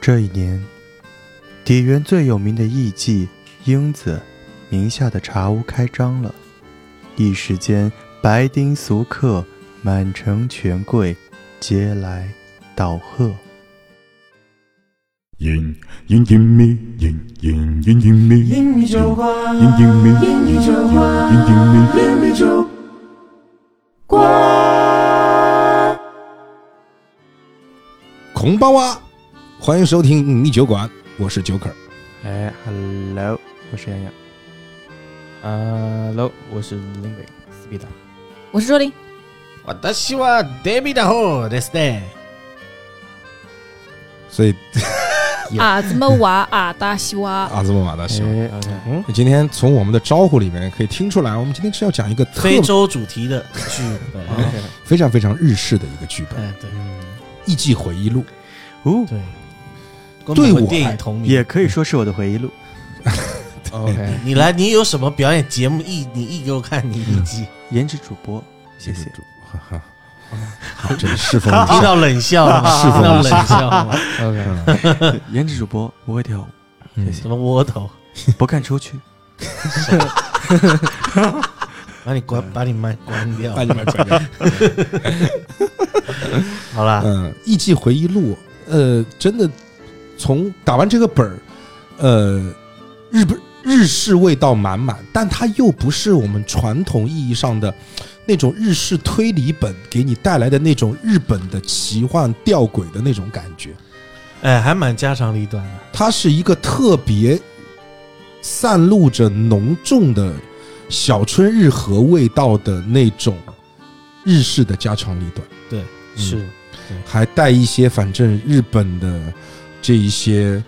这一年，底原最有名的艺妓英子名下的茶屋开张了，一时间白丁俗客满城权贵皆来道贺。隐隐隐秘，隐隐隐隐秘，隐秘酒馆，隐隐秘，隐秘酒馆，隐隐秘。隐秘酒馆。孔巴哇，啊欢迎收听隐秘酒馆，我是九可儿。哎，hello，我是洋洋。hello，我是林北斯比达。我是卓林。私はデミだほうですね。所以啊，怎么娃啊，达西娃，阿兹莫瓦达西，哎，OK，今天从我们的招呼里面可以听出来，我们今天是要讲一个特非洲主题 的剧本，嗯啊非常非常日式的一个剧本《哎，对艺伎回忆录》。哦，对，跟美对国我电影同名也可以说是我的回忆录。 OK，嗯你来，你有什么表演节目意？你意给我看，你嗯一记。颜值主播，谢谢。哈哈，好这是否你听到冷笑了吗？啊是听到冷笑了吗？嗯 OK，颜值主播不会跳 舞，什么窝头？不看出去。把你关，把你麦关掉。嗯把你们转掉？好啦，嗯，《艺伎回忆录》呃，真的从打完这个本儿，呃，日本日式味道满满，但它又不是我们传统意义上的那种日式推理本给你带来的那种日本的奇幻吊诡的那种感觉，哎，还蛮家长里短的。它是一个特别散露着浓重的小春日和味道的那种日式的家长里短。对，嗯还带一些反正日本的这一些，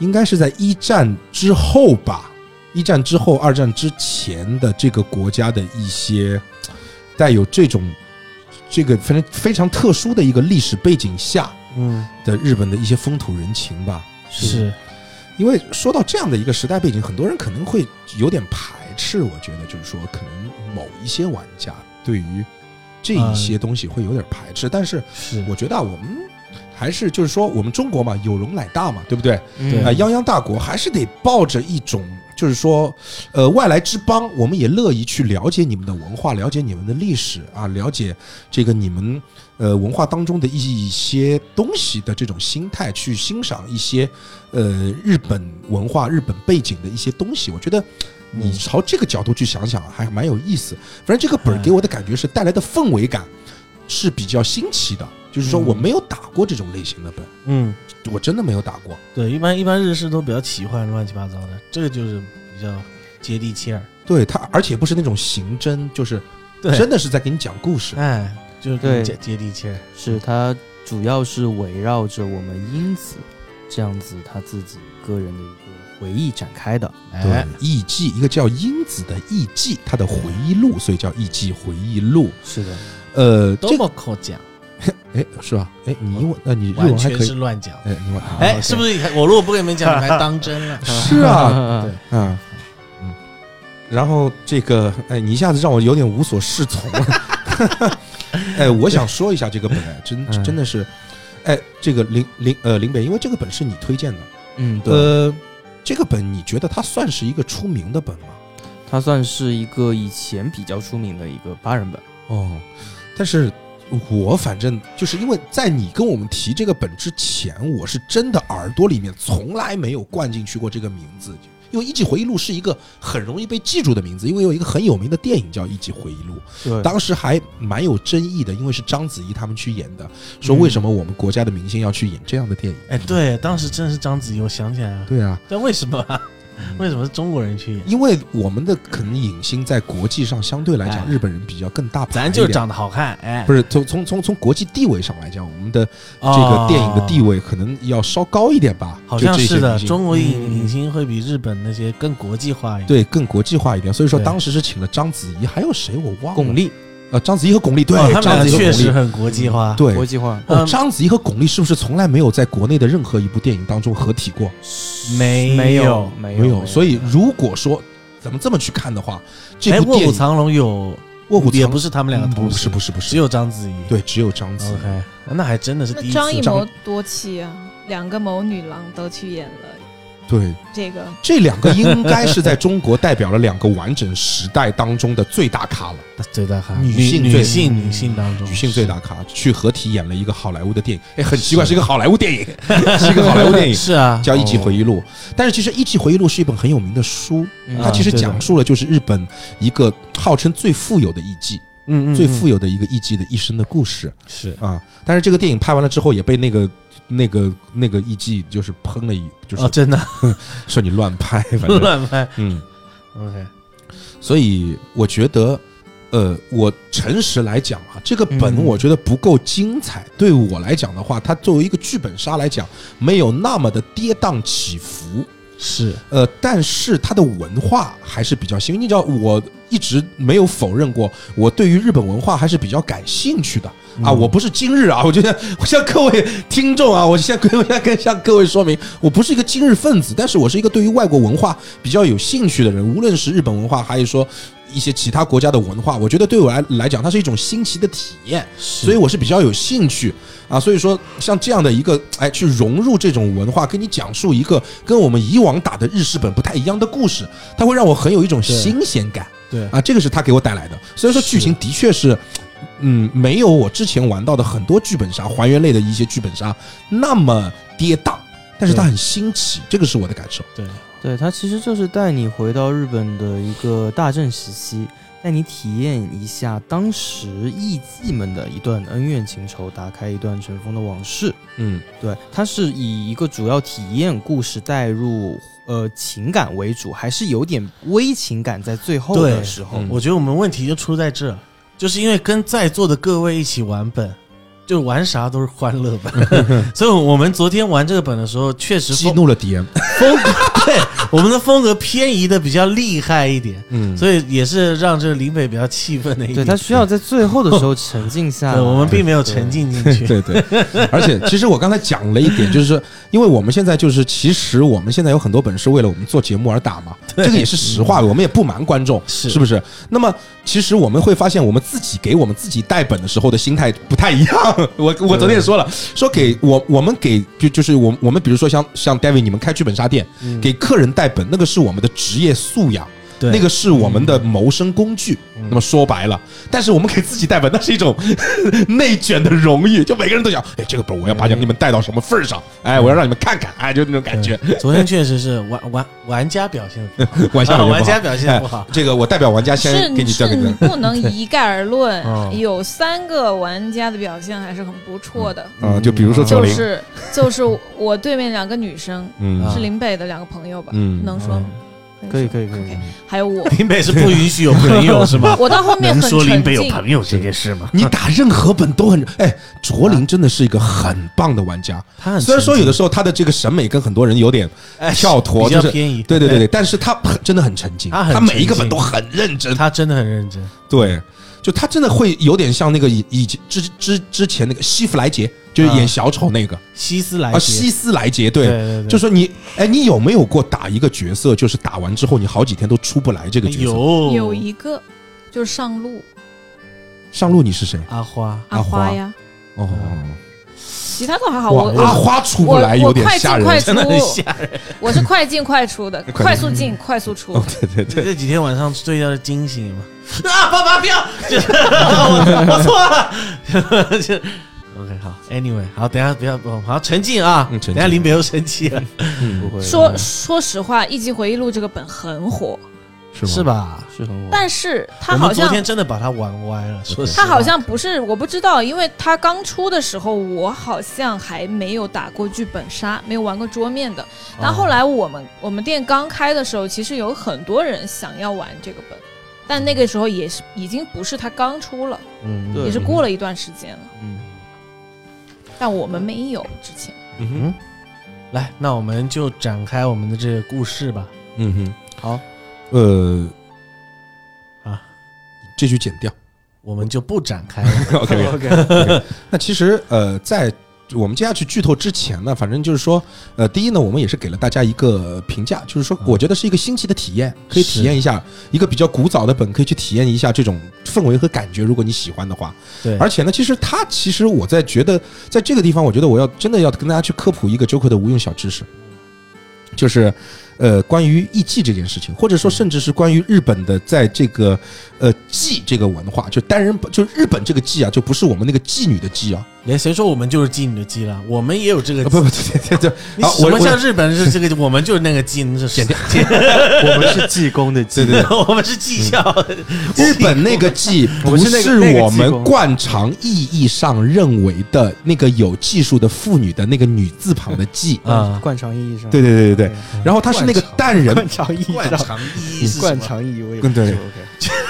应该是在一战之后吧，一战之后、二战之前的这个国家的一些带有这种这个非常非常特殊的一个历史背景下嗯，的日本的一些风土人情吧。是，因为说到这样的一个时代背景，很多人可能会有点排斥，我觉得就是说，可能某一些玩家对于这一些东西会有点排斥，但是是我觉得啊，我们还是就是说，我们中国嘛，有容乃大嘛，对不对？啊、嗯对泱泱大国还是得抱着一种就是说，呃，外来之邦，我们也乐意去了解你们的文化，了解你们的历史啊，了解这个你们呃文化当中的一些东西的这种心态，去欣赏一些呃日本文化、日本背景的一些东西。我觉嗯得。你朝这个角度去想想啊，还蛮有意思。反正这个本哎儿给我的感觉是带来的氛围感是比较新奇的，就是说我没有打过这种类型的本，嗯，我真的没有打过。对，一般一般日式都比较奇幻、乱七八糟的，这个就是比较接地气儿。对它，而且不是那种刑侦，就是对真的是在给你讲故事。哎，就是给对你接接地气儿。是他主要是围绕着我们英子这样子他自己个人的一个回忆展开的。哎对，艺伎一个叫英子的艺伎，她的回忆录，所以叫艺伎回忆录。是的，呃，多这个么口讲，哎是吧？哎，你英文，那你日完文还全可是以。乱讲。哎，你文？哎，是不是你看？我如果不跟你们讲，你还当真了 是啊？ 对嗯嗯。然后这个，哎，你一下子让我有点无所适从了。 哎，我想说一下这个本，哎真嗯真的是，哎，这个林林呃林北，因为这个本是你推荐的，嗯，对，呃，这个本你觉得它算是一个出名的本吗？他算是一个以前比较出名的一个八人本。哦，但是我反正就是因为在你跟我们提这个本之前，我是真的耳朵里面从来没有灌进去过这个名字。因为《一季回忆录》是一个很容易被记住的名字，因为有一个很有名的电影叫《一季回忆录》，对当时还蛮有争议的，因为是章子怡他们去演的，说为什么我们国家的明星要去演这样的电影？哎，对，当时真的是章子怡，我想起来了。对啊，但为什么啊？ 为什么是中国人去演？因为我们的可能影星在国际上相对来讲，哎日本人比较更大牌一点，咱就是长得好看，哎，不是从从从从国际地位上来讲，我们的这这个电影的地位可能要稍高一点吧，哦好像就这些是的明，星中国影嗯影星会比日本那些更国际化一点。对更国际化一点。所以说对当时是请了章子怡，还有谁我忘了，巩俐呃，章子怡和巩俐，对哦，他们章俩子怡确实和很国际化。巩俐，国对。际化哦，嗯章子怡和巩俐是不是从来没有在国内的任何一部电影当中合体过？没没有没没有。所以以如果说咱们这么去看的话，哎，这部卧电虎影藏龙有，卧虎藏嗯也不是他们两个不同是时，不是不是，只有章子怡。哦对只有章子怡。 ，OK，那还真的是第那一张艺张谋多气啊！两个谋女郎都去演了对，这个，这两个应该是在中国代表了两个完整时代当中的最大咖了，最大咖，女女性最女性女性当中，女性最大咖，去合体演了一个好莱坞的电影，哎，很奇怪，是是一个好莱坞电影， 是一个好莱坞电 影。是啊， 叫《一季回忆录》，但是其实《一季回忆录》是一本很有名的书，嗯它其实对的讲述了就是日本一个号称最富有的艺妓，嗯最富有有的一个艺妓的一生的故事是啊。但是这个电影拍完了之后，也被那个那个那个艺妓就是喷了一， 就是哦，真的说你乱拍，反 正 乱拍嗯， ，OK，所以我觉得，呃，我诚实来讲啊，这个本嗯我觉得不够精彩。对我来讲的话，它作为一个剧本杀来讲，没有那么的跌宕起伏。是呃，但是它的文化还是比较新。你知道，我一直没有否认过，我对于日本文化还是比较感兴趣的啊。我不是今日啊，我觉 得我向各位听众啊，我现在跟我现在跟向各 位说明，我不是一个今日分子，但是我是一个对于外国文化比较有兴趣的人，无论是日本文化，还是说一些其他国家的文化，我觉得对我来来讲，它是一种新奇的体验。是，所以我是比较有兴趣啊。所以说，像这样的一个，哎，去融入这种文化，跟你讲述一个跟我们以往打的日式本不太一样的故事，它会让我很有一种对新鲜感对啊。这个是它给我带来的。虽然说剧情的确是。嗯，没有我之前玩到的很多剧本杀还原类的一些剧本杀那么跌宕，但是它对很新奇，这个是我的感受。对对，它其实就是带你回到日本的一个大正时期，带你体验一下当时艺妓们的一段恩怨情仇，打开一段尘封的往事。嗯，对，它是以一个主要体验故事带入呃情感为主，还是有点微情感在最后的对时候。嗯我觉得我们问题就出在这儿，就是因为跟在座的各位一起玩本，就玩啥都是欢乐 本，所以我们昨天玩这个本的时候，确实激风怒了敌人。风格对我们的风格偏移的比较厉害一点，嗯，所以也是让这个林北比较气愤的一对点。他需要在最后的时候沉浸下 来。对，我们并没有沉浸进去。对对，而且其实我刚才讲了一点，就是说，因为我们现在就是，其实我们现在有很多本是为了我们做节目而打 嘛，这个也是实话，我们也不瞒观众，是不是？那么其实我们会发现，我们自己给我们自己带本的时候的心态不太一样。 我我昨天也说了，说给我我们给就就是我我们比如说像像 David 你们开剧本杀店，给客人带本，那个是我们的职业素养。嗯对嗯那个是我们的谋生工具。那么说白了，但是我们给自己带本，那是一种 内卷的荣誉，就每个人都想，哎，这个本我要把你们带到什么份儿上，哎，嗯我要让你们看看，哎，就那种感觉。昨天确实是玩玩玩家表现不好， 啊玩笑也不好嗯玩家表现不好哎这个我代表玩家先是给你交给你是。不能一概而哦论，有三个玩家的表现还是很不错的，啊，嗯就比如说左就琳，是就是我对面两个女生嗯啊是林北的两个朋友吧，嗯能说吗？可以说可以可以 OK，还有哎我，林北是不允许有朋友是吗？ 我到后面能很说林沉北有浸，朋友这件事吗？你打任何本都很哎，卓林真的是一个很棒的玩家。啊他很虽然说有的的时候他的这个审美跟很多人有点跳脱，比就较是偏移，对对对对，但是他很真的很沉浸，他很他每一个沉浸本都很认真，他真的很认真。对，就他真的会有点像那个以以前之之之前那个希弗莱杰，就是演小丑那个希斯啊莱啊，杰，希斯莱杰，对，对对对，就说你，哎，你有没有过打一个角色，就是打完之后你好几天都出不来这个角色？有有一个就是上路上路你是谁？阿花，阿阿花花呀，哦，其他倒还好，我哇，阿我花出不我来有我点快进吓人， 快真的很吓人。 我是快进快出的，快速进快 速出，嗯哦对对对，这几天晚上睡觉的惊醒嘛，啊，爸爸不 要，就是我我错了，就 OK 好，Anyway 好，等一下不要，哦好沉浸啊，嗯沉浸等一下林北又生气了，嗯不会嗯说说实话，《一级回忆录》这个本很火，是吗？是吧？是很火，但是它我好们昨像天真的把他玩歪了，说实话它好像不是，我不知道，因为它刚出的时候，我好像还没有打过剧本杀，没有玩过桌面的。哦但后来我们我们店刚开的时候，其实有很多人想要玩这个本，但那个时候也是已经不是它刚出了，嗯对也是过了一段时间了。嗯，但我们没有之前，嗯哼，来，那我们就展开我们的这个故事吧。嗯哼，好，呃，啊，这句剪掉。 我们就不展开了。 OK，那其实呃，在我们接下去剧透之前呢，反正就是说，呃，第一呢，我们也是给了大家一个评价，就是说，我觉得是一个新奇的体验，可以体验一下一个比较古早的本，可以去体验一下这种氛围和感觉，如果你喜欢的话。对而且呢，其实它其实我在觉得，在这个地方，我觉得我要真的要跟大家去科普一个 Joker 的无用小知识，就是。呃，关于艺伎这件事情，或者说甚至是关于日本的在这个呃妓这个文化，就单人就日本这个妓啊，就不是我们那个妓女的妓啊，连谁说我们就是妓女的妓了？我们也有这个啊不不，对 对对，你啊什我么我像日本是这个，我们就是那个妓，那是剪 掉，我们是济公的济，对我们是技校。。嗯日本那个技不不是那个是那个技我们工惯常意义上认为的那个有技术的妇女的那个女字旁的技 啊惯常意义上，对对对对对，然后它是那个蛋人，嗯惯常意义惯上，常意义是什么惯常意义我也不对是 OK。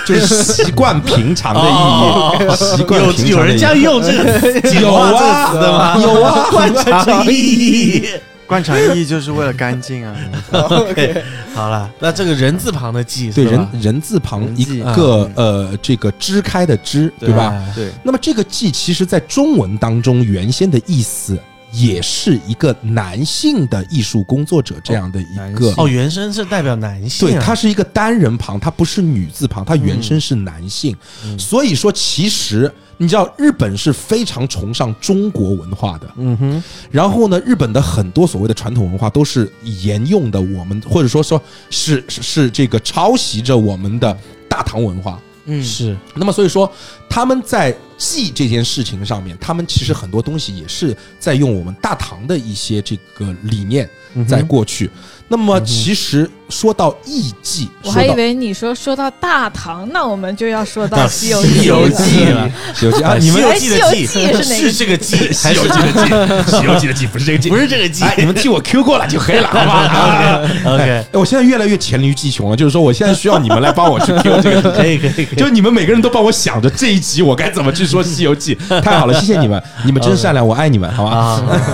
就是习惯平常的意哦哦哦义，习惯有平有常的人意这样义。用这个简有化这啊个词的吗？啊有啊哦惯常意义。惯常意义就是为了干净啊。 OK，好了，那这个人字旁的记对是人吧人字旁人一技个呃，这个支开的支，对吧？哎对，那么这个“妓”其实在中文当中原先的意思，也是一个男性的艺术工作者这样的一个。哦男性哦，原声是代表男性啊，对，它是一个单人旁，它不是女字旁，它原身是男性，嗯所以说其实你知道日本是非常崇尚中国文化的，嗯哼，然后呢，日本的很多所谓的传统文化都是沿用的我们，或者说说是是是这个抄袭着我们的大唐文化，嗯是那么所以说，他们在记这件事情上面，他们其实很多东西也是在用我们大唐的一些这个理念在过去。那么其实说到艺伎，我还说以到为你说说到大唐，那我们就要说到到《西游游了。记了，西游记啊，啊你们西游哎记西游的记记是哪 个是这个记，还 西是游记的 记，西游记的记不是这个记，不是这个记哎，你们替我 Q 过来就 可以了，好不好？啊？OK，哎我现在越来越黔驴技穷了，就是说我现在需要你们来帮我去 Q 这个 可以可以可以，就你们每个人都帮我想着这一集我该怎么去说《西游记》，太好了，谢谢你们，你们真善良，我爱你们，好吧？ 啊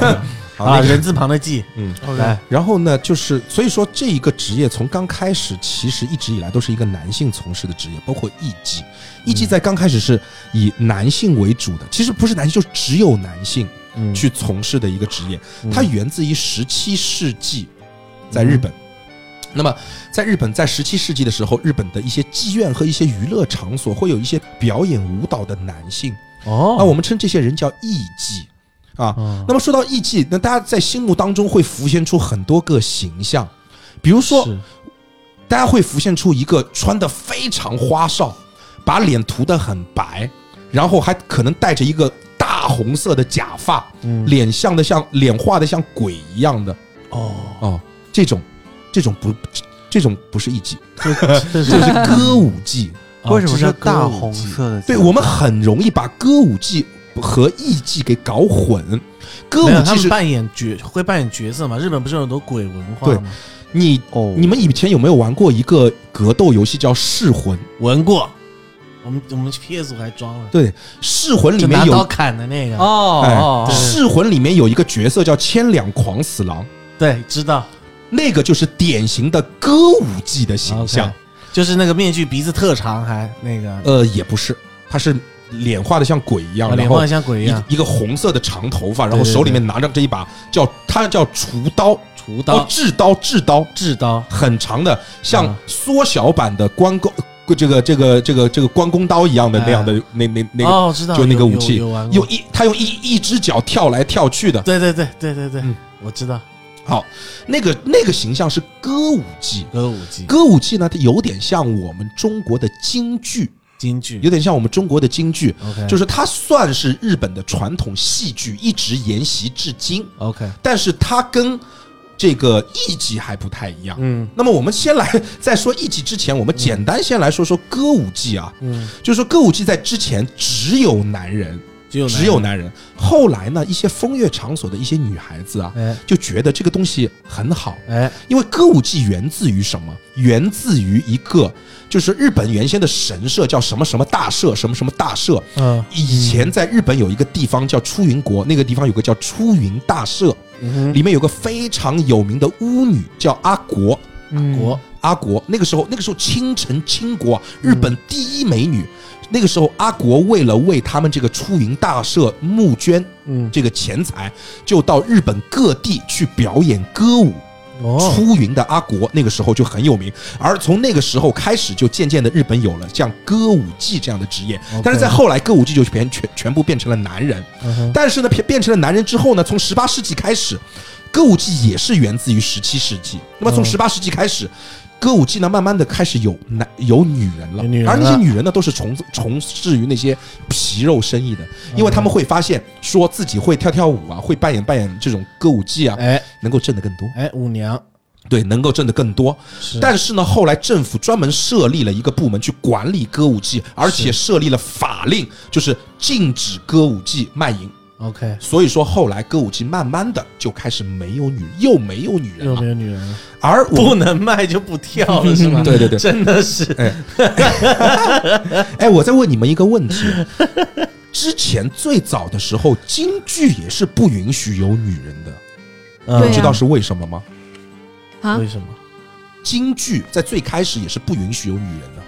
好啊，那个人字旁的记，嗯来，然后呢，就是所以说这一个职业从刚开始，其实一直以来都是一个男性从事的职业，包括艺妓。艺妓在刚开始是以男性为主的，其实不是男性，就只有男性嗯去从事的一个职业。它源自于十七世纪，在日嗯本。那么，在日本，在十七世纪的时候，日本的一些妓院和一些娱乐场所会有一些表演舞蹈的男性，哦那我们称这些人叫艺妓啊。哦那么说到艺妓，那大家在心目当中会浮现出很多个形象，比如说，是大家会浮现出一个穿的非常花哨，把脸涂得很白，然后还可能戴着一个大红色的假发，脸像的像脸画的像鬼一样的哦，哦，这种这种不这种不是艺妓，这这这是歌舞 伎。哦为什么这是叫大歌舞红伎色的？对我们很容易把歌舞伎和艺伎给搞混。歌没有舞他伎们是扮演角会扮演角色嘛？日本不是有很多鬼文化吗？你哦，你们以前有没有玩过一个格斗游戏叫《噬魂》？闻过，我们我们 PS 五还装了，对，《噬魂》里就面拿刀有。砍的那个，哎，哦《噬魂》里面有一个角色叫千两狂死狼，对，知道那个就是典型的歌舞伎的形象 OK。就是那个面具鼻子特长，还那个呃，也不是，他是脸画的像鬼一样，啊脸然后画像鬼一样，一一个红色的长头发，然对后对手里面拿着这一把叫它叫厨刀，屠哦刀、制刀制刀，制刀，很长的，像啊缩小版的关公呃这个这个这个这个关公刀一样的那样的那那那哎个，哦，知道，就那个有武器有有玩过用一他用一一只脚跳来跳去的。对对对对对对嗯，我知道好，那个那个形象是歌舞伎。歌舞伎、歌舞伎呢，它有点像我们中国的京剧，京剧有点像我们中国的京剧， ，OK，就是是它算是日本的传统戏剧，一直沿袭至今。 OK，但是它跟这个艺伎还不太一样。嗯那么我们先来，在说艺伎之前，我们简单先来说说歌舞伎啊，嗯就是说歌舞伎在之前只有男人，只有只有男人。后来呢，一些风月场所的一些女孩子啊，哎就觉得这个东西很好，哎因为歌舞伎源自于什么？源自于一个就是日本原先的神社叫什么什么大社，什么什么大社。嗯以前在日本有一个地方叫出云国，那个地方有个叫出云大社，嗯哼里面有个非常有名的巫女叫阿国，嗯国阿国那个时候，那个时候清晨倾国啊，嗯日本第一美女。那个时候，阿国为了为他们这个出营大社募捐嗯，这个钱财，就到日本各地去表演歌舞。哦，出云的阿国那个时候就很有名，而从那个时候开始，就渐渐的日本有了像歌舞伎这样的职业。但是在后来，歌舞伎就全全全部变成了男人。嗯哼但是呢，变变成了男人之后呢，从十八世纪开始，歌舞伎也是源自于十七世纪。那么从嗯十八世纪开始，歌舞伎呢，慢慢的开始有男有女人了，有女人了而那些女人呢，都是从从事于那些皮肉生意的，嗯因为他们会发现说自己会跳跳舞啊，会扮演扮演这种歌舞伎啊，哎能够挣得更多，哎，舞娘，对，能够挣得更多。是但是呢，后来政府专门设立了一个部门去管理歌舞伎，而且设立了法令，就是禁止歌舞伎卖淫。 OK，所以说后来歌舞伎慢慢的就开始没有女，又没有女人又了没，有女人了，而我嗯不能卖就不跳了是吗？对对对真的是哎，我再问你们一个问题。之前最早的时候，京剧也是不允许有女人的，嗯对你啊知道是为什么吗？啊为，什么？京剧在最开始也是不允许有女人的，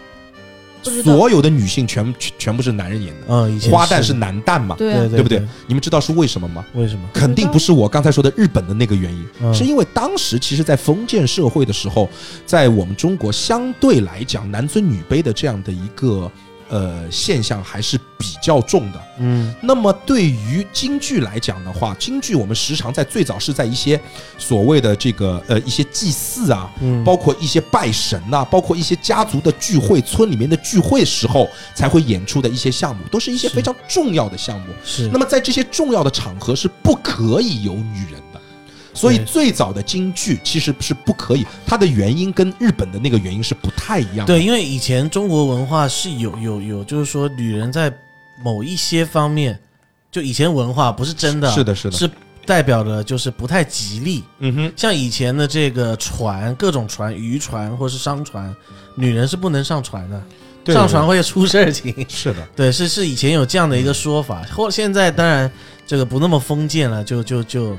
不知道所有的女性全全全部是男人演的，嗯，以前花旦是男旦嘛，对对啊，对不对对？？你们知道是为什么吗？为什么？肯定不是我刚才说的日本的那个原因，嗯是因为当时其实，在封建社会的时候，在我们中国相对来讲，男尊女卑的这样的一个呃现象还是比较重的。嗯那么对于京剧来讲的话，京剧我们时常在最早是在一些所谓的这个呃一些祭祀啊，嗯，包括一些拜神呐、包括一些家族的聚会、村里面的聚会时候才会演出的一些项目，都是一些是非常重要的项目。是那么在这些重要的场合是不可以有女人的，所以对最早的京剧其实是不可以，它的原因跟日本的那个原因是不太一样的。对，因为以前中国文化是有有有，就是说女人在某一些方面，就以前文化不是真的，是的，是的，是代表的就是不太吉利。嗯哼，像以前的这个船，各种船，渔船或是商船，女人是不能上船的，对上船会出事情。是的，对，是是以前有这样的一个说法，后现在当然这个不那么封建了，就就就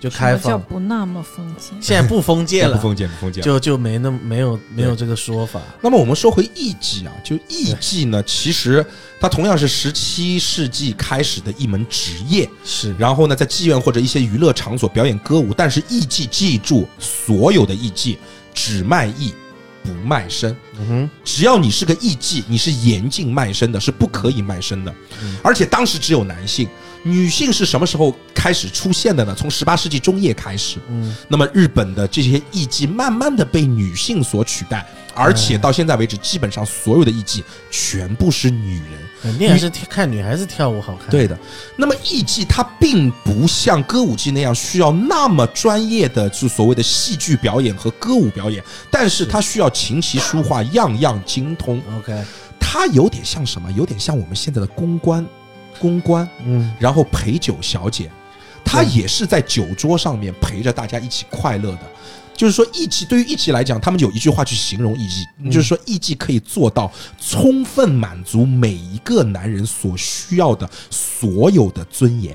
就开什么叫放，啊不那么封建。现在不封建了 不，封建，不封建。就就没那么没有没有这个说法。那么我们说回艺伎啊，就艺伎呢，其实它同样是十七世纪开始的一门职业，是，然后呢，在妓院或者一些娱乐场所表演歌舞，但是艺伎记住，所有的艺伎只卖艺不卖身，嗯哼，只要你是个艺妓，你是严禁卖身的，是不可以卖身的。嗯而且当时只有男性，女性是什么时候开始出现的呢？从十八世纪中叶开始。嗯，那么日本的这些艺妓慢慢的被女性所取代，而哎且到现在为止，基本上所有的艺妓全部是女人。肯定还嗯是看女孩子跳舞好看。对的，那么艺伎它并不像歌舞伎那样需要那么专业的，就所谓的戏剧表演和歌舞表演，但是它需要琴棋书画样样精通。 ，OK，它有点像什么？有点像我们现在的公关，公关，嗯，然后陪酒小姐，她对也是在酒桌上面陪着大家一起快乐的。就是说，艺伎对于艺伎来讲，他们有一句话去形容艺伎，嗯就是说，艺伎可以做到充分满足每一个男人所需要的所有的尊严。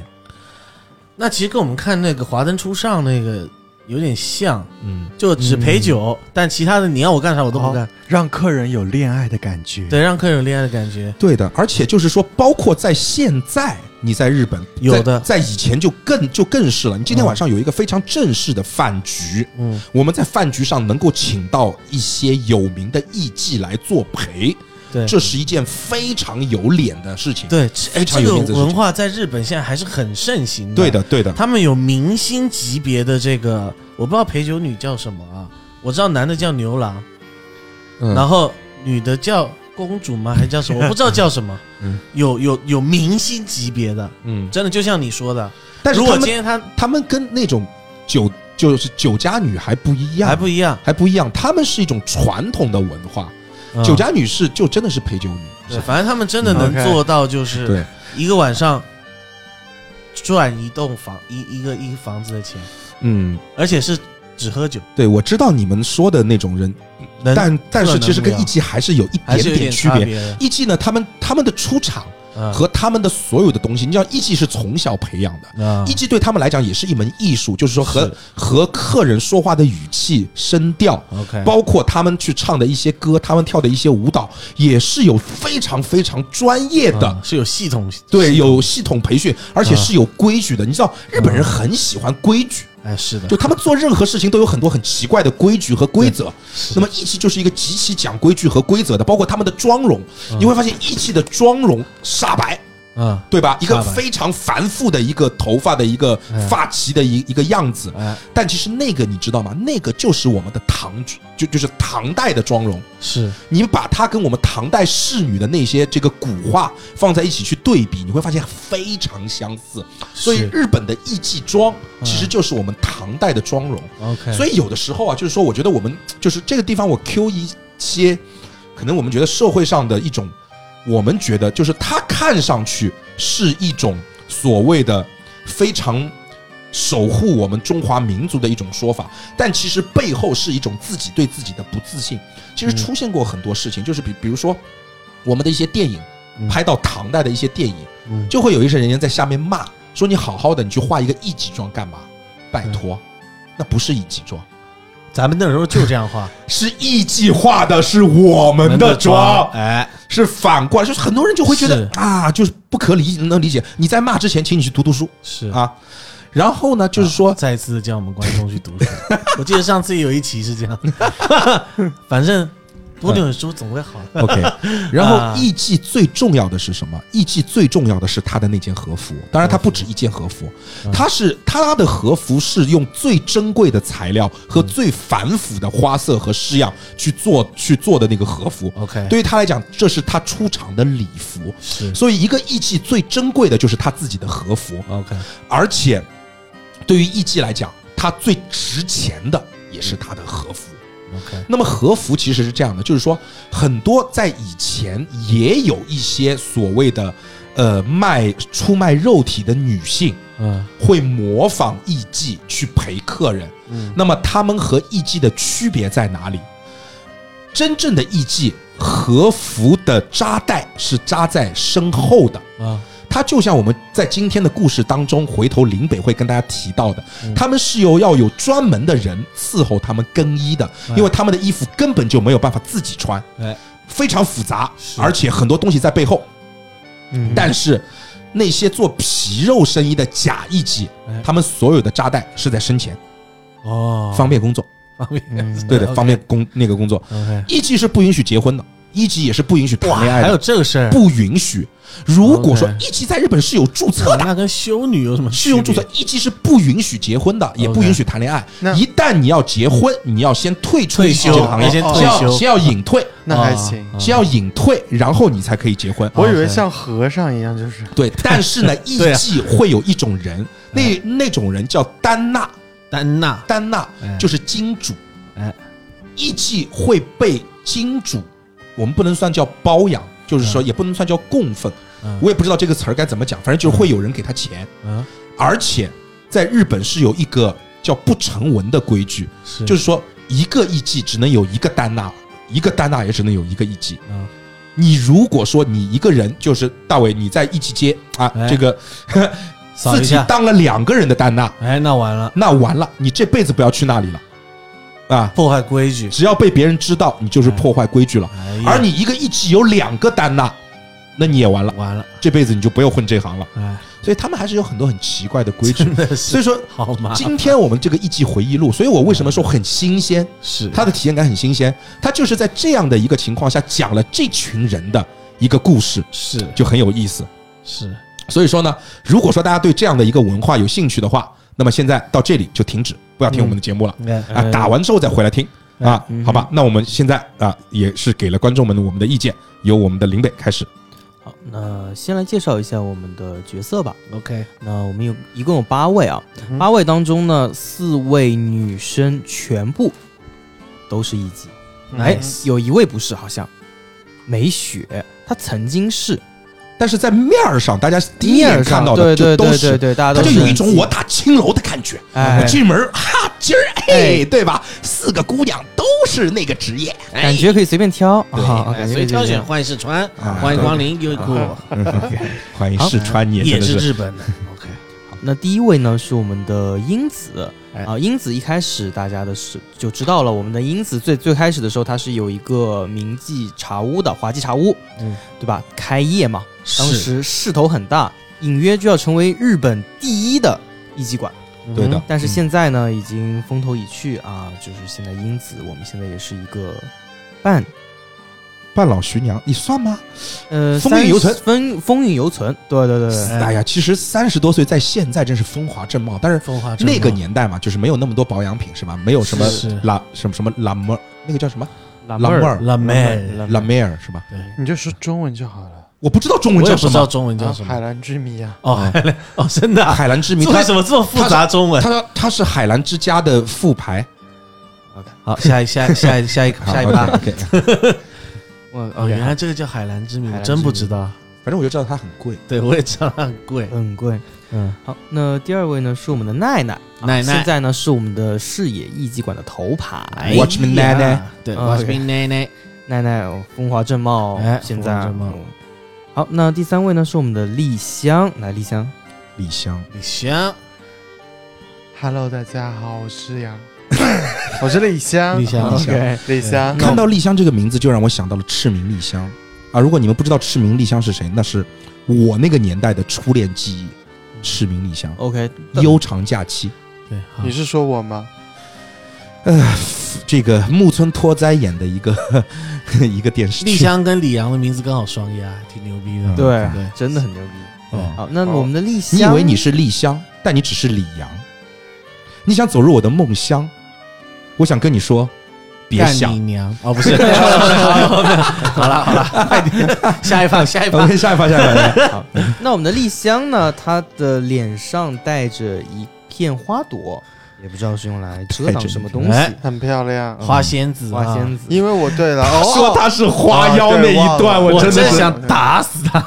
那其实跟我们看那个《华灯初上》那个有点像，嗯，就只陪酒，但其他的你要我干啥我都不干，让客人有恋爱的感觉。对，让客人有恋爱的感觉。对的。而且就是说，包括在现在，你在日本有的在在以前就更就更是了。你今天晚上有一个非常正式的饭局，嗯，我们在饭局上能够请到一些有名的艺妓来作陪，对，这是一件非常有脸的事情。对，这哎，非常这有个面子的事情文化在日本现在还是很盛行的。对的，，对的，他们有明星级别的这个，我不知道陪酒女叫什么啊，我知道男的叫牛郎，然嗯，后女的叫公主吗？还是叫 什么？我不知道叫什么。嗯有有有明星级别的，嗯真的就像你说的，但是如他果今天们他他们跟那种酒就是酒家女还不一样，还不一样，还不一样，他们是一种传统的文化。嗯酒家女是就真的是陪酒女，对，反正他们真的嗯能 OK 做到，就是对，一个晚上赚一栋房一一个一个房子的钱，嗯，而且是只喝酒，对，我知道你们说的那种人，能但但是其实跟能不了艺妓还是有一还点是有点点区差别。别的。艺妓呢，他们他们的出场嗯和他们的所有的东西。你知道，艺伎是从小培养的，啊艺伎对他们来讲也是一门艺术，就是说和是和客人说话的语气、声调，嗯 OK，包括他们去唱的一些歌，他们跳的一些舞蹈，也是有非常非常专业的。嗯是有系统，对，系统有系统培训，而且是有规矩的。你知道，日本人很喜欢规矩，哎是的，就他们做任何事情都有很多很奇怪的规矩和规则。那么义气就是一个极其讲规矩和规则的，包括他们的妆容，你会发现义气的妆容煞白。嗯对吧？一个煞白非常繁复的一个头发的一个哎发髻的一一个样子，哎但其实那个你知道吗？那个就是我们的唐就就是唐代的妆容。是你把它跟我们唐代仕女的那些这个古画放在一起去对比，你会发现非常相似。所以是日本的艺伎妆嗯其实就是我们唐代的妆容。 OK，所以有的时候啊，就是说，我觉得我们就是这个地方，我 Q 一些，可能我们觉得社会上的一种，我们觉得就是它看上去是一种所谓的非常守护我们中华民族的一种说法，但其实背后是一种自己对自己的不自信。其实嗯出现过很多事情，就是比比如说我们的一些电影嗯，拍到唐代的一些电影，嗯就会有一些人家在下面骂说你好好的，你去画一个艺伎妆干嘛？拜托，那不是艺伎妆，咱们那时候就这样画，是艺伎画的，是我们的妆，哎，是反过来，就是很多人就会觉得是啊，就是不可理能理解。你在骂之前，请你去读读书是啊。然后呢，就是说，啊再次叫我们观众去读书。 我记得上次有一期是这样， 反正多读点书总会好的。啊 OK，然 后啊艺伎最重要的是什么？艺伎最重要的是他的那件和服，当然它不止一件和服，嗯它是它的和服是用最珍贵的材料和最繁复的花色和式样去做去做的那个和服。 OK，对于他来讲，这是他出场的礼服，是所以一个艺伎最珍贵的就是他自己的和服， OK，而且对于艺伎来讲，它最值钱的也是他的和服。 OK，那么和服其实是这样的，就是说很多在以前也有一些所谓的呃卖出卖肉体的女性。嗯会模仿艺妓去陪客人，嗯那么他们和艺妓的区别在哪里？真正的艺妓和服的扎带是扎在身后的，啊它就像我们在今天的故事当中，回头林北会跟大家提到的，嗯他们是有要有专门的人伺候他们更衣的，因为他们的衣服根本就没有办法自己穿，哎非常复杂，是而且很多东西在背后。嗯但是那些做皮肉生意的假艺妓哎，他们所有的扎带是在身前，哦，嗯哎方便工作，方便，对对，方便工那个工作。 OK，艺妓是不允许结婚的，艺妓也是不允许谈哇，恋爱哎还有的，这个事儿，啊不允许。如果说 OK 艺妓在日本是有注册的。那跟修女有什么区是别？用注册，艺妓是不允许结婚的，也不允许谈恋爱。那一旦你要结婚，你要先退出退艺妓这休个行业，你先哦退先要休先要隐退，那还行。啊先要隐退，然后你才可以结婚。哦我以 OK 为像和尚一样，就是 对，但是呢，艺对啊啊妓会有一种人，那那种人叫丹娜，丹娜丹娜哎就是金主，哎，艺妓会被金主，我们不能算叫包养，就是说也不能算叫供奉嗯，我也不知道这个词儿该怎么讲，反正就是会有人给他钱，啊，而且在日本是有一个叫不成文的规矩，是就是说一个艺妓只能有一个丹娜，一个丹娜也只能有一个艺妓。嗯你如果说你一个人就是大伟，你在艺妓街啊，哎这个 扫自一己下，当了两个人的丹娜，哎，那完了，那完了，你这辈子不要去那里了，啊！破坏规矩，只要被别人知道，你就是破坏规矩了。哎呀而你一个艺妓有两个丹娜，那你也完了，完了，这辈子你就不要混这行了。哎，所以他们还是有很多很奇怪的规矩 真。的所是以说，好麻烦，今天我们这个艺伎回忆录，所以我为什么说很新鲜？是它的体验感很新鲜，它就是在这样的一个情况下讲了这群人的一个故事，是就很有意思。是所以说呢，如果说大家对这样的一个文化有兴趣的话，那么现在到这里就停止，不要听我们的节目了。哎嗯啊，呃打完之后再回来听啊，好吧？那我们现在啊，也是给了观众们我们的意见，由我们的林北开始。好，那先来介绍一下我们的角色吧。 OK，那我们有一共有八位啊，嗯八位当中呢，四位女生全部都是艺妓，嗯哎，有一位不是，好像梅雪，她曾经是但是在面儿上，大家第一眼面上看到的对就对都对对是，对，大他家都就是有一种艺妓我打青楼的感觉。哎我进门哈，今儿哎哎，对吧？四个姑娘都是那个职业，哎感觉可以随便挑啊，哎感觉所可以以随挑便选挑。欢迎试穿，啊欢迎光临优衣库， 欢迎试穿你，也真是的是日本的。OK，那第一位呢是我们的英子哎啊，英子一开始大家的是就知道了，我们的英子最最开始的时候，她是有一个名记茶屋的华记茶屋，嗯对吧？开业嘛，当是时势头很大，隐约就要成为日本第一的艺妓馆。对的嗯，但是现在呢，已经风头已去啊，就是现在英子，我们现在也是一个半半老徐娘，你算吗？呃风韵犹存30风风韵犹存，对对对对，哎呀，其实三十多岁在现在真是风华正茂，但是风啊华正茂那个年代嘛，就是没有那么多保养品是吧？没有什么是是拉什么什么拉莫尔，那个叫什么拉拉莫尔辣妹，拉梅尔是吧？你就说中文就好了。我不知道中文我也叫不什知道么。中文叫啊什海么。蓝之谜啊，哦，海蓝 哦，真的啊，海蓝之谜，这它为什么这么复杂？中文。它它是海蓝之家的副牌。好，下一下一下一下一好下一趴。 OK，OK 我哦，原来这个叫海蓝之谜，海我蓝之谜真不知道。反正我就知道它很贵。对，我也知道它很贵。很贵。嗯，好，那第二位呢是我们的奈奈，啊奈奈现在呢是我们的视野艺伎馆的头哎牌。 Watch me 奶奶，对嗯，Watch me 奶奶，奈奈哦风华正茂，哎现在风华正茂嗯好，那第三位呢是我们的丽香，来丽香，李湘，李湘， Hello，大家好，我是杨，我是李湘，啊李湘，李湘，看到丽香这个名字就让我想到了赤名丽香啊！如果你们不知道赤名丽香是谁，那是我那个年代的初恋记忆。赤名丽香，哦，OK，悠长假期，对，好你是说我吗？呃这个木村拓哉演的一个 一个电视剧。丽香跟李阳的名字刚好双押，挺牛逼的。对对，真的很牛逼。哦嗯，好，那好我们的丽香，你以为你是丽香，但你只是李阳。你想走入我的梦乡，我想跟你说，别干想你。娘！哦，不 是，好了好 了，快点，下一放下一放 OK，。下一趴，下一趴下一趴。好那我们的丽香呢，她的脸上带着一片花朵，也不知道是用来遮挡什么东哎西，很漂亮，花仙子啊，花仙子。因为我对了，哦，说他是花妖那一哦段，对我我真真的是想打死他！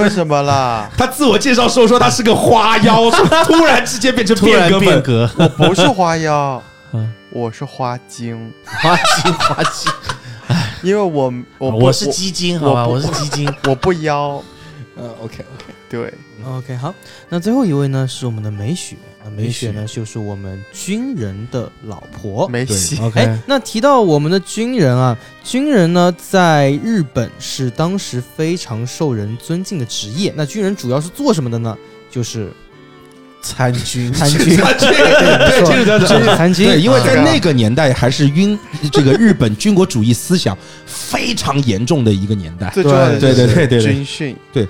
为什么啦？他自我介绍时候说他是个花 妖，突然之间变 成突然变革变本。革，我不是花妖嗯， 我是花精， 花心花心，因为我我不啊我是基金，好吧，我我是基金。我不妖，呃，OK，对， OK，好，那最后一位呢是我们的美雪啊，美美雪雪呢就是我们军人的老婆。没对戏。哎，那提到我们的军人啊，军人呢在日本是当时非常受人尊敬的职业。那军人主要是做什么的呢？就是参军， 参军，对，这个叫什么？参军。对，因为在啊那个年代还是晕这个日本军国主义思想非常严重的一个年代。 最重要的对对就是对对对军训，对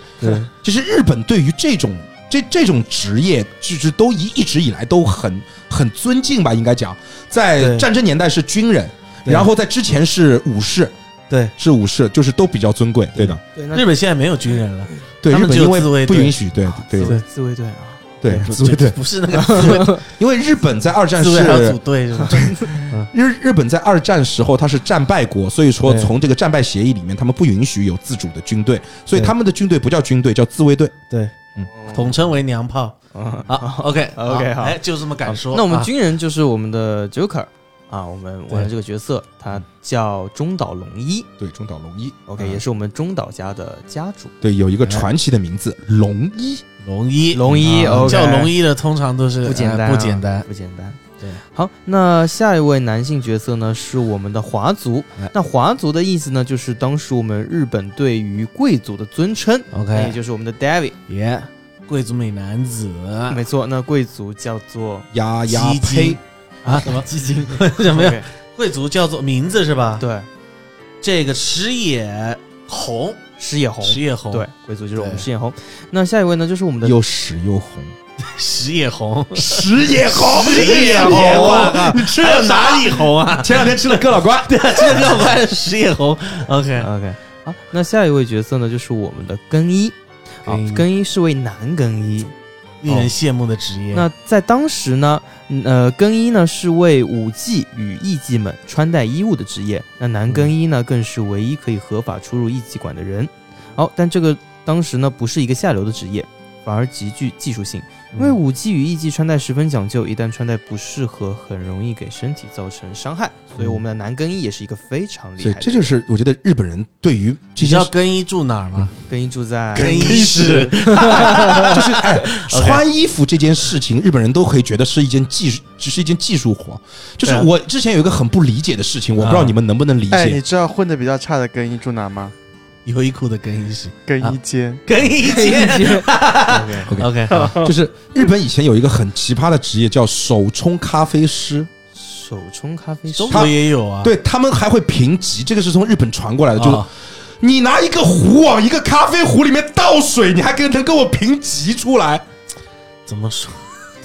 就是日本对于这种这这种职业，就是都一一直以来都很很尊敬吧，应该讲，在对战争年代是军人，对然后在之前是武士，对，是武士，就是都比较尊贵，对的，对，日那本现在没有军人了，对，他日们本只有因自卫为不队允许，对对自卫自卫队啊，对，不自卫 队，不是那个自卫，因为日本在二战自卫还要组是队 是吧？日日本在二战时候它是战败国，所以说对从这个战败协议里面，他们不允许有自主的军队，所以对他们的军队不叫军队，叫自卫队。对，统称为娘炮。好，OK OK，好哎，就这么敢说。那我们啊军人就是我们的 Joker 啊，我们玩的对这个角色，他叫中岛龙一对，中岛龙一， ，OK，嗯也是我们中岛家的家主。对，有一个传奇的名字龙一。龙一，龙一啊 OK 叫龙一的通常都是不简单啊、呃不简单。嗯不简单。对，好，那下一位男性角色呢是我们的华族哎。那华族的意思呢，就是当时我们日本对于贵族的尊称，那也 OK，就是我们的 David。耶，贵族美男子没错，那贵族叫做呀呀基金呸！啊，什么基金？什么呀？ OK，贵族叫做名字是吧？，对，这个石野红，石野红。石野红，对，，贵族就是我们对石野红。那下一位呢，就是我们的又屎又红，石野红，屎也红，石野红啊，你吃了哪里红啊？前两天吃了哥老关， 对，这个肉块的石野红，OK， OK。好，那下一位角色呢，就是我们的更衣。啊更衣，更衣是位男更衣。令人羡慕的职业。那在当时呢，嗯呃，更衣呢是为武妓与艺妓们穿戴衣物的职业，那男更衣呢更是唯一可以合法出入艺妓馆的人。好、但这个当时呢不是一个下流的职业，反而极具技术性。嗯因为舞技与艺技穿戴十分讲究，一旦穿戴不适合，很容易给身体造成伤害。所以我们的男更衣也是一个非常厉所害以的。这就是我觉得日本人对于这你些知道更衣住哪儿吗？更衣住在更衣 室， 就是哎，穿衣服这件事情，日本人都可以觉得是一件技术，只是一件技术活。就是对啊我之前有一个很不理解的事情，我不知道啊你们能不能理哎，你解。知道混的比较差的更衣住哪吗？优衣库的更衣室，更啊衣间。更衣间。OK，好就是日本以前有一个很奇葩的职业叫手冲咖啡师，手冲咖啡师中，国也有啊。对他们还会评级，这个是从日本传过来的，就是啊你拿一个壶往一个咖啡壶里面倒水，你还跟能跟我评级出来，怎么说？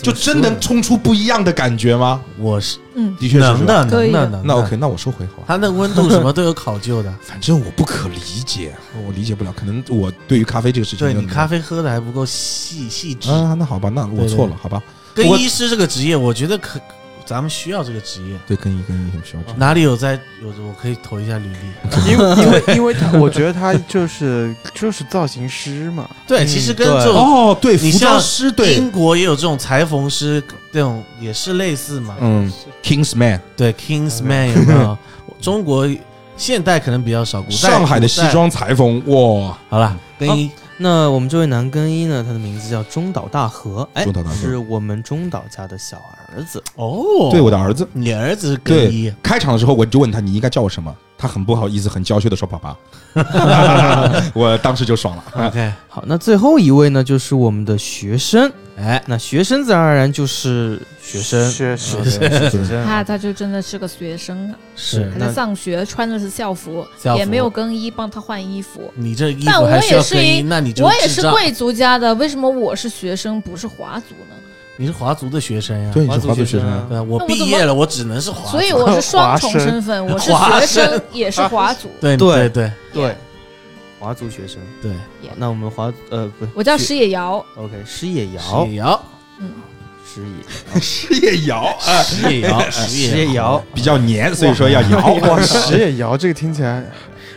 就真能怎么冲出不一样的感觉吗？说呢？我是嗯，的确是能是吧。的，可能以啊的，的能的那 OK，那我收回好吧。它那温度什么都有考究的。反正我不可理解，我理解不了。可能我对于咖啡这个事情对没有你那么，咖啡喝的还不够细细致。啊，那好吧，那我对对错了，好吧。更我衣师这个职业，我觉得可咱们需要这个职业。对，跟一跟一很需要这个。哪里有在有我可以投一下履嗯 历。因为因 为因为他，我觉得他就是就是造型师嘛，对，嗯其实跟对这种哦，对，服你装像师对英，国也有这种裁缝师，这种也是类似嘛。嗯，Kings Man，对，King's Man 有没有？中国现代可能比较少，古代上海的西。古代装嗯裁缝，哇，好了，更衣那我们这位男更衣呢，他的名字叫中岛大和，哎中岛大，和是我们中岛家的小儿子。哦，对，我的儿子。你儿子是更对衣，，开场的时候我就问他你应该叫我什么，他很不好意思，很娇羞的说爸 爸，我当时就爽了。 OK，好，那最后一位呢，就是我们的学生。哎，那学生自然而然就是学生，学嗯生学生他他就真的是个学生啊，是还嗯那在上学，穿的是校服，校服也没有更衣帮他换衣服。你这衣但服我还需要也是更衣，一那你就我也是智障，贵族家的，为什么我是学生不是华族呢？你是华族的学生呀。对，你华是族华族学学生生啊，对啊，我那我毕怎业么了，我只能是华族。所以我是双重华生身份，我是华学生生也是华族。 对对对对，华族学生。对，那我们华呃不，我叫学石野遥， OK 石野石遥，野瑶，石野事业 摇啊，石野瑶，石石野遥，比较黏，所以说要摇。哇，石野遥这个听起来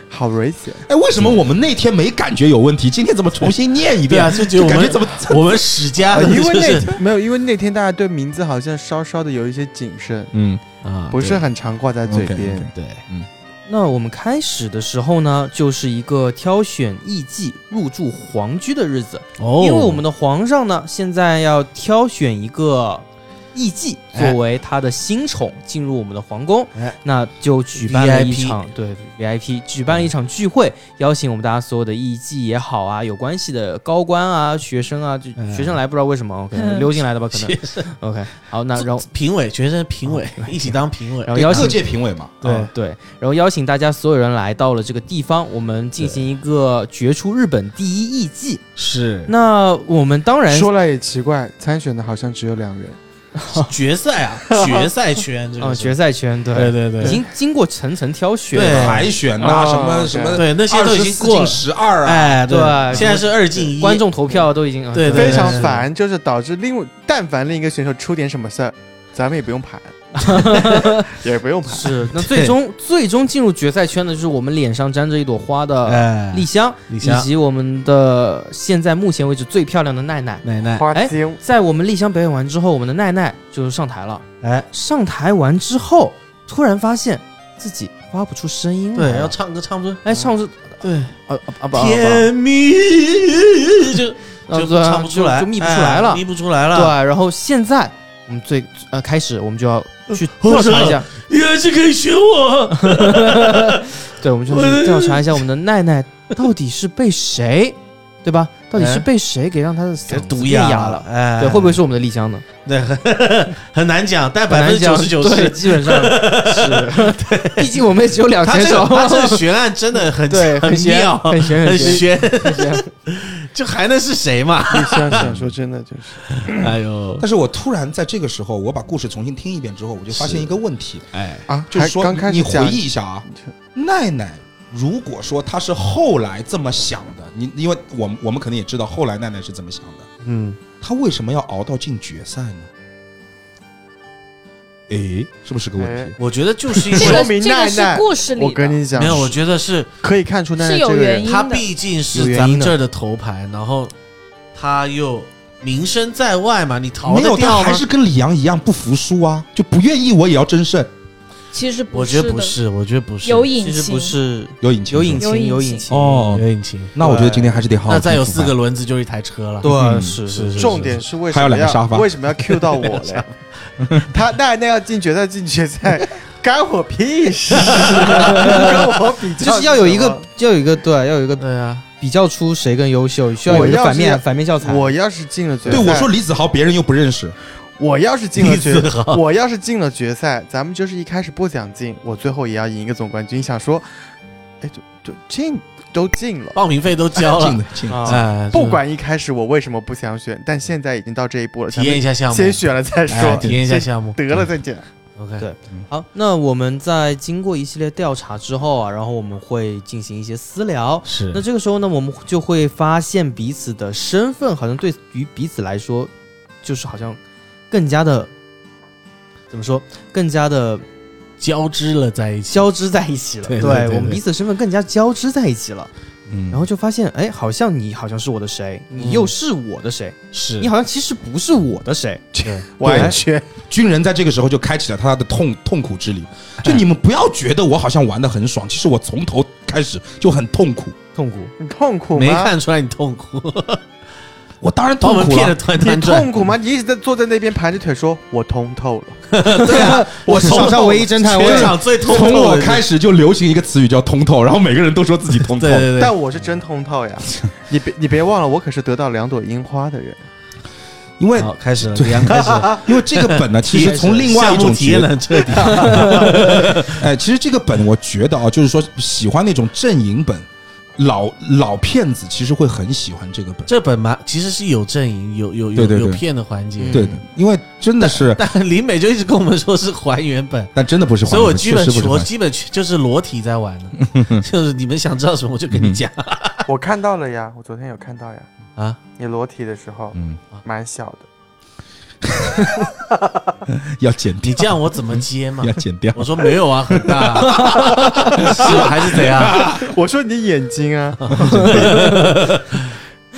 好危险。 哎，为什么我们那天没感觉有问题，今天怎么重新念一对遍？啊，就觉得就我感觉们怎么我们史家啊，的因为就是那没有，因为那天大家对名字好像稍稍的有一些谨慎，嗯啊不是很常挂在嘴 OK，OK 边。对那我们开始的时候呢，就是一个挑选艺妓入住皇居的日子，哦因为我们的皇上呢，现在要挑选一个艺妓哎作为他的新宠进入我们的皇宫，哎那就举办了一 VIP 场对 VIP 举办了一场聚会，邀请我们大家所有的艺妓也好啊，有关系的高官啊、学生啊，就哎学生来不知道为什么 OK 嗯溜进来的吧，可能 OK 好，那然后哦评委学生评委一起当评委然，后邀各请界评委嘛， 对啊哦对，然后邀请大家所有人来到了这个地方，我们进行一个决出日本第一艺伎。是那我们当然说来也奇怪，参选的好像只有两人， 决赛 啊，决赛圈这嗯，个是决赛圈对对对对已经经过层层挑选对哦了，海选呐，啊什么 OK 什么，对那些都已经过了十二啊，哎对现在是二进一观众投票都已经啊对对非常烦，就是导致另外但凡另一个选手出点什么事儿，咱们也不用盘，也不用盘。是那最终最终进入决赛圈的就是我们脸上沾着一朵花的哎丽香，丽以香及我们的现在目前为止最漂亮的奈奈。奶奶花哎精，在我们丽香表演完之后，我们的奈奈就上台了。哎上台完之后，突然发现自己发不出声音来对了要唱歌唱不出哎，唱是对啊啊不啊甜蜜就不，就对啊唱不出来，就就密不出来了哎。密不出来对，啊了。然后现在我们最呃开始，我们就要去呃调查一下，对，原来是可以选我。对，我们就要去调查一下我们的奈奈到底是被谁，对吧？到底是被谁给让她的嗓这子哎毒变哑哑了？哎，对，会不会是我们的丽香呢？对很很难讲？但很百分难之九讲，十九对，是基本上是， 毕竟我们也只有两他选这手个，他这个悬案真的很对，很玄妙，，很玄，很很玄。悬，很玄 就还能是谁嘛？你想想说真的就是，哎呦，但是我突然在这个时候，我把故事重新听一遍之后，我就发现一个问题，哎，啊，就是还说刚开你始回讲忆一下啊，奈奈。如果说她是后来这么想的，你因为我们我们肯定也知道后来奈奈是怎么想的，嗯，她为什么要熬到进决赛呢？诶，是不是个问题？我觉得就是因这说个为明这奈个是奈故事里我跟的，你讲，没有，我觉得是可以看出奈奈是有这个原人因他的。毕竟是咱们这儿的头牌，然后他又名声在外嘛，你逃没有，得他掉吗还？是跟李阳一样不服输啊，就不愿意我也要争胜，其实我觉是得不的，是，我觉得不是，有其隐实不情，是有隐情有是隐吧情，有有隐隐情情。哦有。引擎。那我觉得今天还是得好好那再有听听四个吧，轮子就是一台车了。对，嗯是是是是重点是为还有什么两个沙要发为什么要 Q 到我嘞？ 他那那要进决赛进决赛，干我屁事！跟我比较就是要有一什个么，要有一个，对，要有一个对啊，比较出谁更优秀，需要有一个我要反面是反面教材。我要是进了决赛，对我说李子豪，别人又不认识，我要是进了决李子，豪我要是进了决赛，咱们就是一开始不想进，我最后也要赢一个总冠军。想说，哎，就就进都进了，报名费都交了，进的进的。啊，哎，不管一开始我为什么不想选，但现在已经到这一步了，体验一下咱项们目，先选了再说，哎体验一下项目，得了再讲。 OK，对好，那我们在经过一系列调查之后啊，然后我们会进行一些私聊。是那这个时候呢，我们就会发现彼此的身份好像对于彼此来说，就是好像更加的怎么说，更加的交织了在一起。交织在一起了。对对对对我们彼此身份更加交织在一起了。嗯然后就发现，哎，好像你好像是我的谁，你又是我的谁，嗯是你好像其实不是我的谁。完全军人在这个时候就开启了他的痛痛苦之旅，就你们不要觉得我好像玩的很爽，其实我从头开始就很痛苦，痛苦，你痛苦没吗？看出来你痛苦，我当然把我痛们苦骗得了，团你团转。痛苦吗？你一直在坐在那边盘着腿说，我通透了。对啊，我是 从史上唯一侦探，我全也场最痛从痛我的开始就流行一个词语叫通透，然后每个人都说自己通透对，对对，但我是真通透呀！你别你别忘了，我可是得到两朵樱花的人。因为好开始了，李阳开始 了，因为这个本呢，其实从另外一项种目体验角的很彻底， 哎，其实这个本我觉得啊，就是说喜欢那种阵营本，老老骗子其实会很喜欢这个本。这本嘛其实是有阵营，有有对有对嗯对有骗的环节，对的，因为真的是，但林美就一直跟我们说是还原本，但真的不是还所以我原本，基确本实不是我还原基本就是裸体在玩的，就是你们想知道什么我就跟你讲我看到了呀，我昨天有看到呀。啊。你裸体的时候，嗯，蛮小的，要剪掉你，这样我怎么接嘛 要？剪掉。我说没有啊，很大啊， 是吧？还是怎 样？我说你眼睛啊。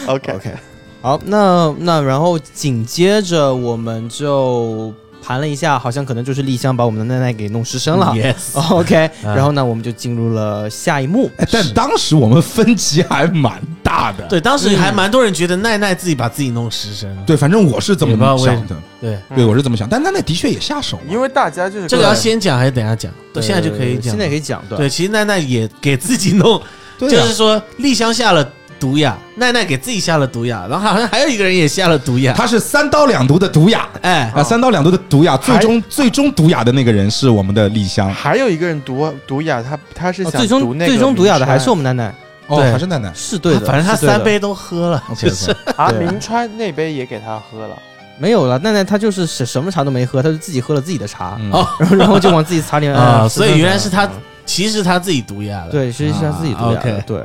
OK OK，好，那那然后紧接着我们就盘了一下，好像可能就是丽香把我们的奈奈给弄失声了。嗯哦 Yes， OK，啊然后呢，我们就进入了下一幕。哎，但当时我们分歧还蛮大的。对，当时还蛮多人觉得奈奈自己把自己弄失嗯身了。对，反正我是这也不知道么为想的，对，嗯对我是这么想。但他那的确也下手了，啊因为大家就是这个要先讲还是等一下讲？对，现在就可以呃讲。现在可以讲对。对，其实奈奈也给自己弄，对就啊是说丽香下了毒哑，奈奈给自己下了毒哑，然后好像还有一个人也下了毒哑。他是三刀两毒的毒哑哎，哦啊，三刀两毒的毒哑，最终最终毒哑的那个人是我们的丽香还有一个人毒毒哑，他他是哦、想最读终那个最终毒哑的还是我明们奈奈，哦，对还是奈奈。是对的。反正他是对的三杯都喝了， OK，就是 川啊，对明川那杯也给他喝了，没有了，奈奈她就是什什么茶都没喝，她就自己喝了自己的 茶，嗯哦然后然后就往自己茶里啊哎所以是的原来是她其实他自己毒哑了。，对，实际上自己毒哑啊的。 ，OK 对，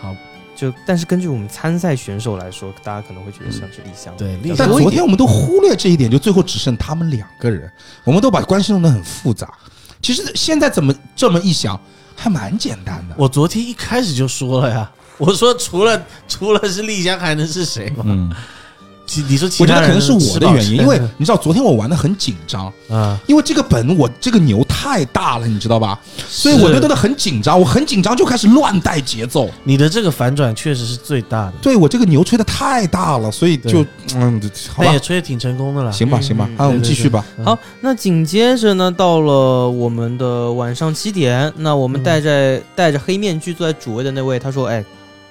好，就但是根据我们参赛选手来说，大家可能会觉得像是丽香。对比较丽香但多一昨点天我们都忽略这一点，就最后只剩他们两个嗯人，我们都把关系弄得很复杂。其实现在怎么这么一想，还蛮简单的。我昨天一开始就说了呀，我说除了除了是丽香还能是谁吗？嗯，其你说其我觉他得人可能是我的原吃饱撑因，因为你知道昨天我玩的很紧张，啊，因为这个本我这个牛太大了，你知道吧？所以我对它的很紧张，我很紧张就开始乱带节奏。 你的这个反转确实是最大的，对我这个牛吹的太大了，所以就嗯，好但吧也，吹的挺成功的了。行吧，行吧嗯，啊，我们继续吧。嗯好，那紧接着呢，到了我们的晚上七点，那我们带着、带着黑面具坐在主位的那位，他说：“哎，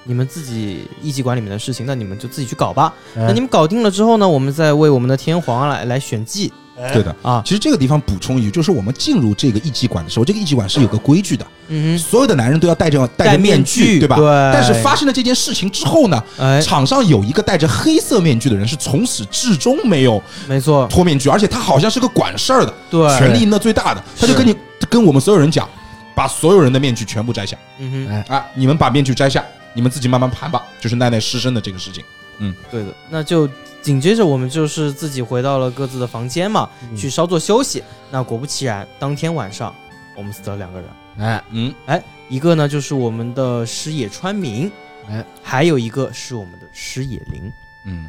你们自己一级管里面的事情，那你们就自己去搞吧。那你们搞定了之后呢，我们再为我们的天皇啊来来选计对哎的，啊。其实这个地方补充一句，就是我们进入这个一级馆的时候，这个一级馆是有个规矩的，嗯哼，所有的男人都要戴着戴着面具，对对吧？但是发生了这件事情之后呢，哎，场上有一个戴着黑色面具的人是从始至终没有没错，脱面具，而且他好像是个管事儿的，对，权力赢得最大的，他就跟你跟我们所有人讲，把所有人的面具全部摘下，嗯哼，啊，你们把面具摘下，你们自己慢慢盘吧，就是奈奈失身的这个事情。对的。那就紧接着我们就是自己回到了各自的房间嘛，去稍作休息。那果不其然，当天晚上我们死了两个人。哎嗯，哎，一个呢就是我们的矢野川明，哎，还有一个是我们的施野林，嗯，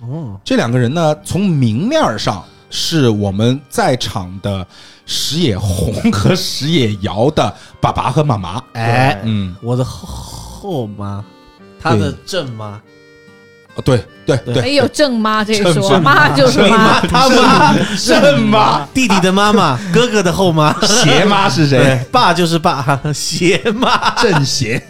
哦，这两个人呢，从明面儿上是我们在场的石野红和石野瑶的爸爸和妈妈。哎，嗯，我的后后妈，她的正 妈，哦对对对，哎没有正哎妈这个正说，正妈就是妈，他 妈正妈，啊弟弟的妈妈，哥哥的后妈， 邪妈是谁？对，爸就是爸， 邪妈，正邪，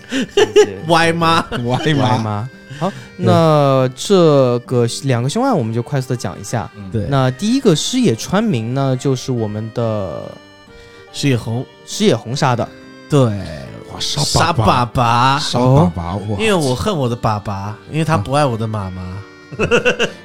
歪妈，我的妈！白吗？好，那这个两个凶案我们就快速的讲一下。对，那第一个师野川明呢，就是我们的石野红，师野红杀的，对，哇，杀杀爸爸爸，哦杀爸啊爸！哇，因为我恨我的爸爸，因为他不爱我的妈妈，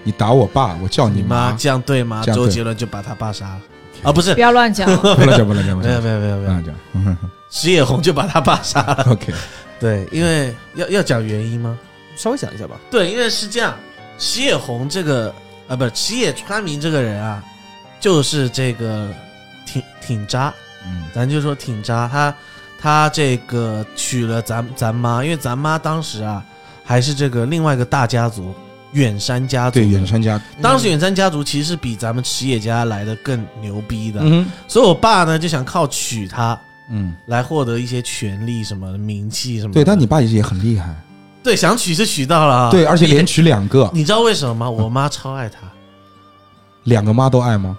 你打我爸，我叫哦你你妈妈。这样对吗？这样对周杰伦就把他爸杀了，啊，不是 不，要 乱讲。不能讲，不能讲，不没有能讲，没有没有不没有能，讲。嗯石野红就把他爸杀了。 OK， 对，因为要要讲原因吗？稍微讲一下吧。对，因为是这样，石野红这个啊，不是石野川明这个人啊，就是这个挺挺渣，嗯咱就说挺渣。他他这个娶了咱咱妈，因为咱妈当时啊还是这个另外一个大家族远山家族，对，远。川家，当嗯时远山家族其实比咱们石野家来的更牛逼的，嗯所以我爸呢就想靠娶她嗯，来获得一些权利什么的名气什么的。对，但你爸也也很厉害，对想娶是娶到了啊，对，而且连娶两个，你知道为什么吗？我妈超爱他，两个妈都爱吗？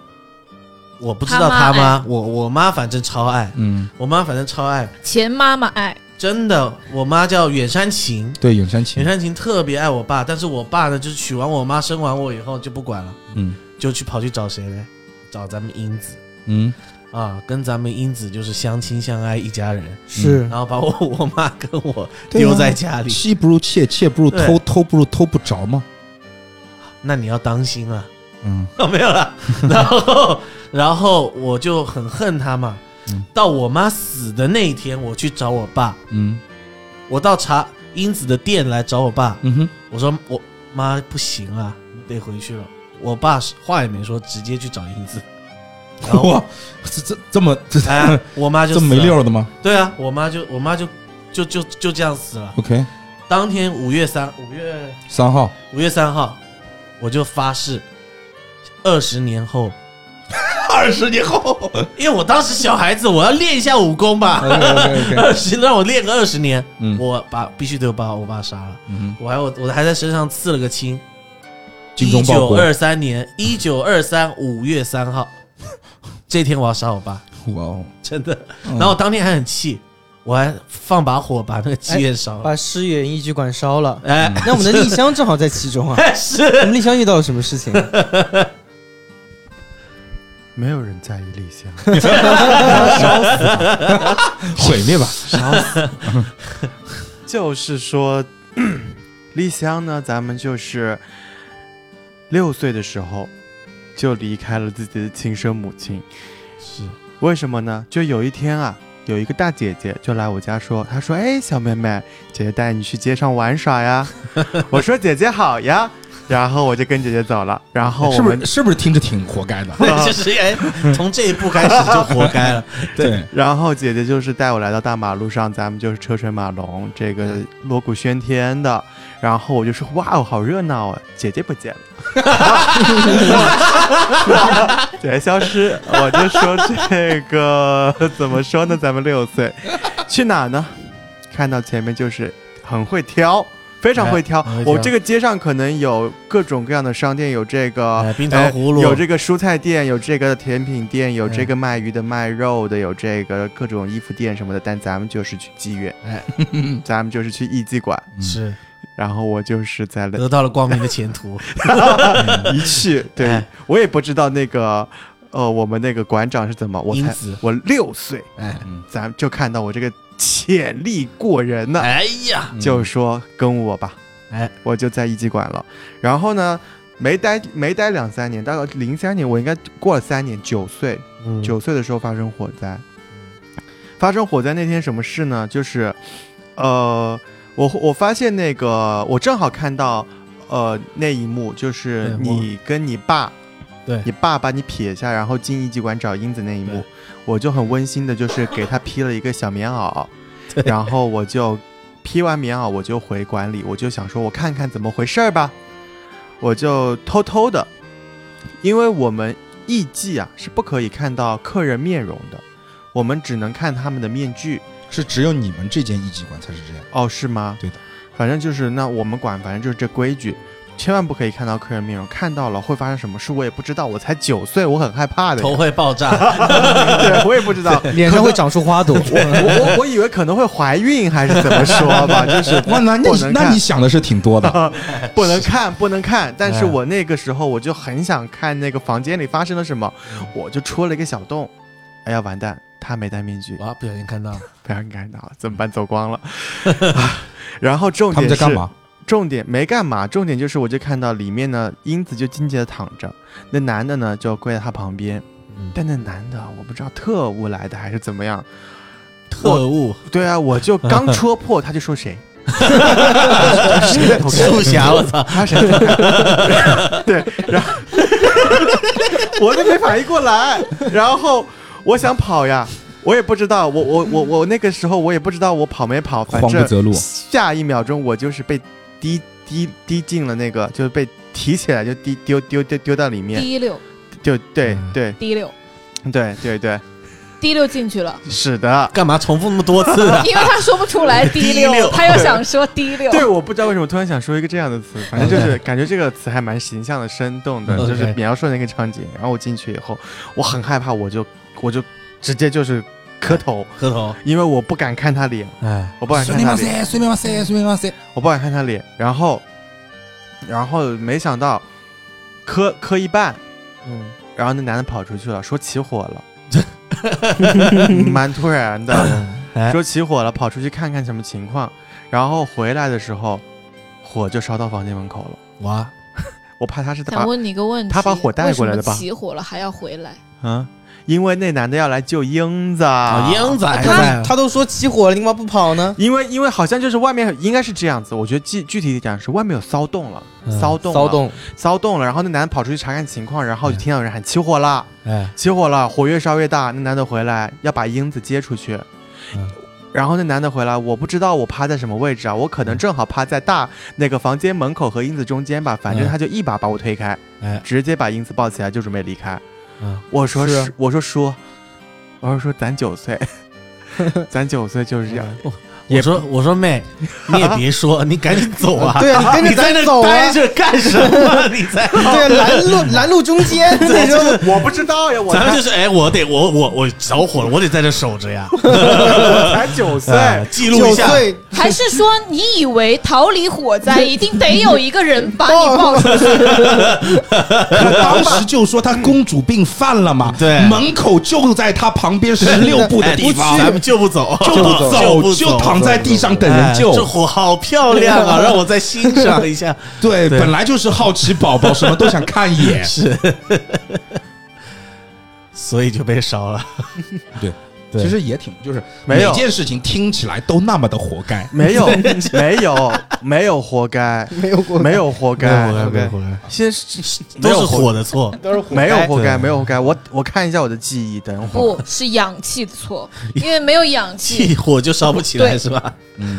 我不知道他他妈妈，我我妈反正超爱，嗯，我妈反正超爱，钱妈妈爱，真的，我妈叫远山琴，对，远山远琴，山琴特别爱我爸，但是我爸呢，就是娶完我妈生完我以后就不管了，嗯就去跑去找谁呢？找咱们英子嗯，啊，跟咱们英子就是相亲相爱一家人，是然后把我 我妈跟我对啊丢在家里，妻不如妾，妾不如偷，对偷不如偷不着嘛。那你要当心啊，嗯， 哦，没有 了。然后，然后我就很恨他嘛。嗯到我妈死的那一天，我去找我爸，嗯我到茶英子的店来找我爸，嗯哼，我说我妈不行啊，你得回去了。我爸是话也没说，直接去找英 子。然后，哇，这这这么这哎，我妈就这么没死了溜儿的吗对啊，我妈就我妈就就就就这样死了。 ？OK，当天五月三五月三号，五月三号，我就发誓，二十年后，二十 年后因为我当时小孩子，我要练一下武功吧。 ，OK OK OK，二十让我练个二十年，嗯我把必须得我把我爸杀了，嗯哼，我还我我还在身上刺了个青。精一忠报九国，二三年，一九二三五月三号，这天我要杀我爸，哇哦，真的。嗯然后我当天还很气，我还放把火把那个妓院烧了。把师野一局馆烧了。哎，那我们的丽香正好在其中啊。是我们丽香遇到了什么事情？没有人在意立夏。毁灭吧，就是说， 丽香呢，咱们就是六岁的时候就离开了自己的亲生母亲。是，为什么呢？就有一天啊，有一个大姐姐就来我家说，她说：“哎，小妹妹，姐姐带你去街上玩耍呀。”我说：“姐姐好呀。”然后我就跟姐姐走了。然后我哎是不们是是不是听着挺活该的？对， 就是哎，从这一步开始就活该了。对，然后姐姐就是带我来到大马路上，咱们就是车水马龙，这个嗯锣鼓喧天的。然后我就说：“哇哦，好热闹啊！”姐姐不见了， 姐姐消失。我就说这个 怎么说呢？咱们六岁，去哪呢？看到前面就是很会挑，非常会挑哎很会。挑我这个街上可能有各种各样的商店，有这个哎冰糖葫芦哎有这个蔬菜店，有这个甜品店，有这个卖鱼的、卖肉的，有这个各种衣服店什么的。但咱们就是去妓院，哎， 咱们就是去艺妓馆。嗯是然后我就是在那得到了光明的前途。一 去，对、哎我也不知道那个呃，我们那个馆长是怎么，我英才子我六岁，哎嗯咱就看到我这个潜力过人呢、哎呀，嗯就说跟我吧，哎，我就在艺妓馆了。然后呢，没待没待两三年，到零三年我应该过了三年，九岁，嗯九岁的时候发生火灾。发生火灾那天什么事呢？就是，呃，我我发现那个我正好看到，呃，那一幕就是对你跟你爸，对你爸把你撇下，然后进艺妓馆找英子那一幕对， 我就很温馨的，就是给他披了一个小棉袄，然后我就披完棉袄，我就回馆里，我就想说，我看看怎么回事儿吧。我就偷偷的，因为我们艺妓啊是不可以看到客人面容的，我们只能看他们的面具。是只有你们这间艺妓馆才是这样。哦，是吗？对的，反正就是那我们管，反正就是这规矩，千万不可以看到客人面容，看到了会发生什么事我也不知道，我才九岁，我很害怕的呀。头会爆炸， 对，我也不知道。脸上会长出花朵。我我我以为可能会怀孕还是怎么说吧，就是哇，那那不你能那看你想的是挺多的。不能看， 不能看。但是我那个时候我就很想看那个房间里发生了什么，嗯我就戳了一个小洞。哎呀，完蛋，他没戴面具，我不小心看到 了，不要看到了，怎么办？走光了。 啊然后重他点们是在干嘛？重点没干嘛，重点就是我就看到里面呢，英子就静静的躺着，那男的呢就跪在她旁边，嗯但那男的我不知道特务来的还是怎么样，特务对啊，我就刚戳破，他就说谁，谁在偷看蜘蛛侠，我操！他谁在偷看？ 对，然后我都没反应过来，然后我想跑呀。我也不知道，我我我我那个时候我也不知道我跑没跑，反慌不正择路。下一秒钟我就是被滴滴滴进了那个，就是被提起来就滴丢丢丢丢到里面，滴溜就对嗯对滴溜对对对，滴溜 进去了，是的。干嘛重复那么多次 啊？因为他说不出 来滴滴溜溜，他又想说滴溜。对，我不知道为什么突然想说一个这样的 词，反正就是感觉这个词还蛮形象的、生动的，嗯就是 OK 描述那个场景。然后我进去以后，我很害怕，我就我就直接就是磕头，磕头，因为我不敢看他脸，哎，我不敢随看便他吧脸，塞，随便吧塞，随便吧塞。我不敢看他脸。然后，然后没想到磕磕一半，嗯，然后那男的跑出去了，说起火 了，蛮突然的， 哎说起火了，跑出去看看什么情况，然后回来的时候，火就烧到房间门口了。哇， 我怕他是把想问你个问题，他把火带过来的吧为什么起火了还要回来，啊，因为那男的要来救英子，啊，英子还在他，他都说起火了，你干嘛不跑呢？因为因为好像就是外面应该是这样子，我觉得具具体地讲是外面有骚动了，嗯骚动了啊骚动，骚动了，然后那男的跑出去查看情况，然后就嗯听到有人喊起火了。哎，起火了，火越烧越大。那男的回来要把英子接出去，嗯然后那男的回来，我不知道我趴在什么位置啊，我可能正好趴在大那个房间门口和英子中间吧，反正嗯他就一把把我推开，哎直接把英子抱起来就准备离开。嗯我说是啊是，我说叔，我说叔，咱九 岁，咱九岁就是这样。我说我说 妹，你也别说，你赶紧走啊！对啊，你 你跟着在咱那走待啊！着干什么？啊 你在 对，啊拦路拦路中 间，那时候 我不知道呀，我咱们才就是哎，我得我我我着火了，我得在这守 着呀，我才九岁，哎记录一九下。岁还是说你以为逃离火灾一定得有一个人把 哦你抱出去？我当时就说他公主病犯了嘛，对门口就在他旁边十六步的地方，咱们就不走，就不不就不走，就躺在地上等人哎这救。火好 漂亮啊，让我再欣赏一下。 对，对本来就是好奇宝宝，什么都想看一眼。是，所以就被烧了。对，对其实也挺，就是没有每件事情听起来都那么的活该。 没 有没有没有活该，没有过，没有活没有该，活该，没有活该，先是都是火的错，都是活没有该活该， 对没有活该。我我看一下我的记忆，等会儿。不是氧气的错，因为没有氧 气，气火就烧不起来对是吧？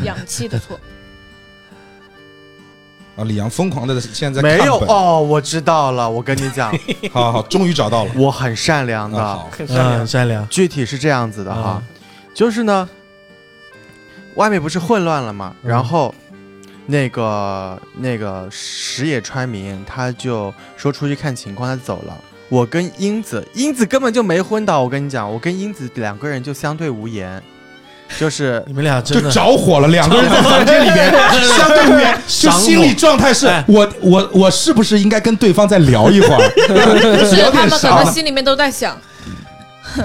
氧气的错。啊，李阳疯狂的现在在没看有本哦，我知道了。我跟你 讲，好好，好终于找 到了。我很善良那的好，，嗯，善良，具体是这样子的哈，就是呢，外面不是混乱了嘛，嗯然后那个那个石野川明他就说出去看情况，他走了。我跟英子，英子根本就没昏倒。我跟你讲，我跟英子两个人就相对无言，就是你们俩啊就真的着火了，两个人在房间里面相对无言，就赏我心理状态是哎。我我我是不是应该跟对方再聊一会 不儿？是聊他点们可啥能了？心里面都在想，哼，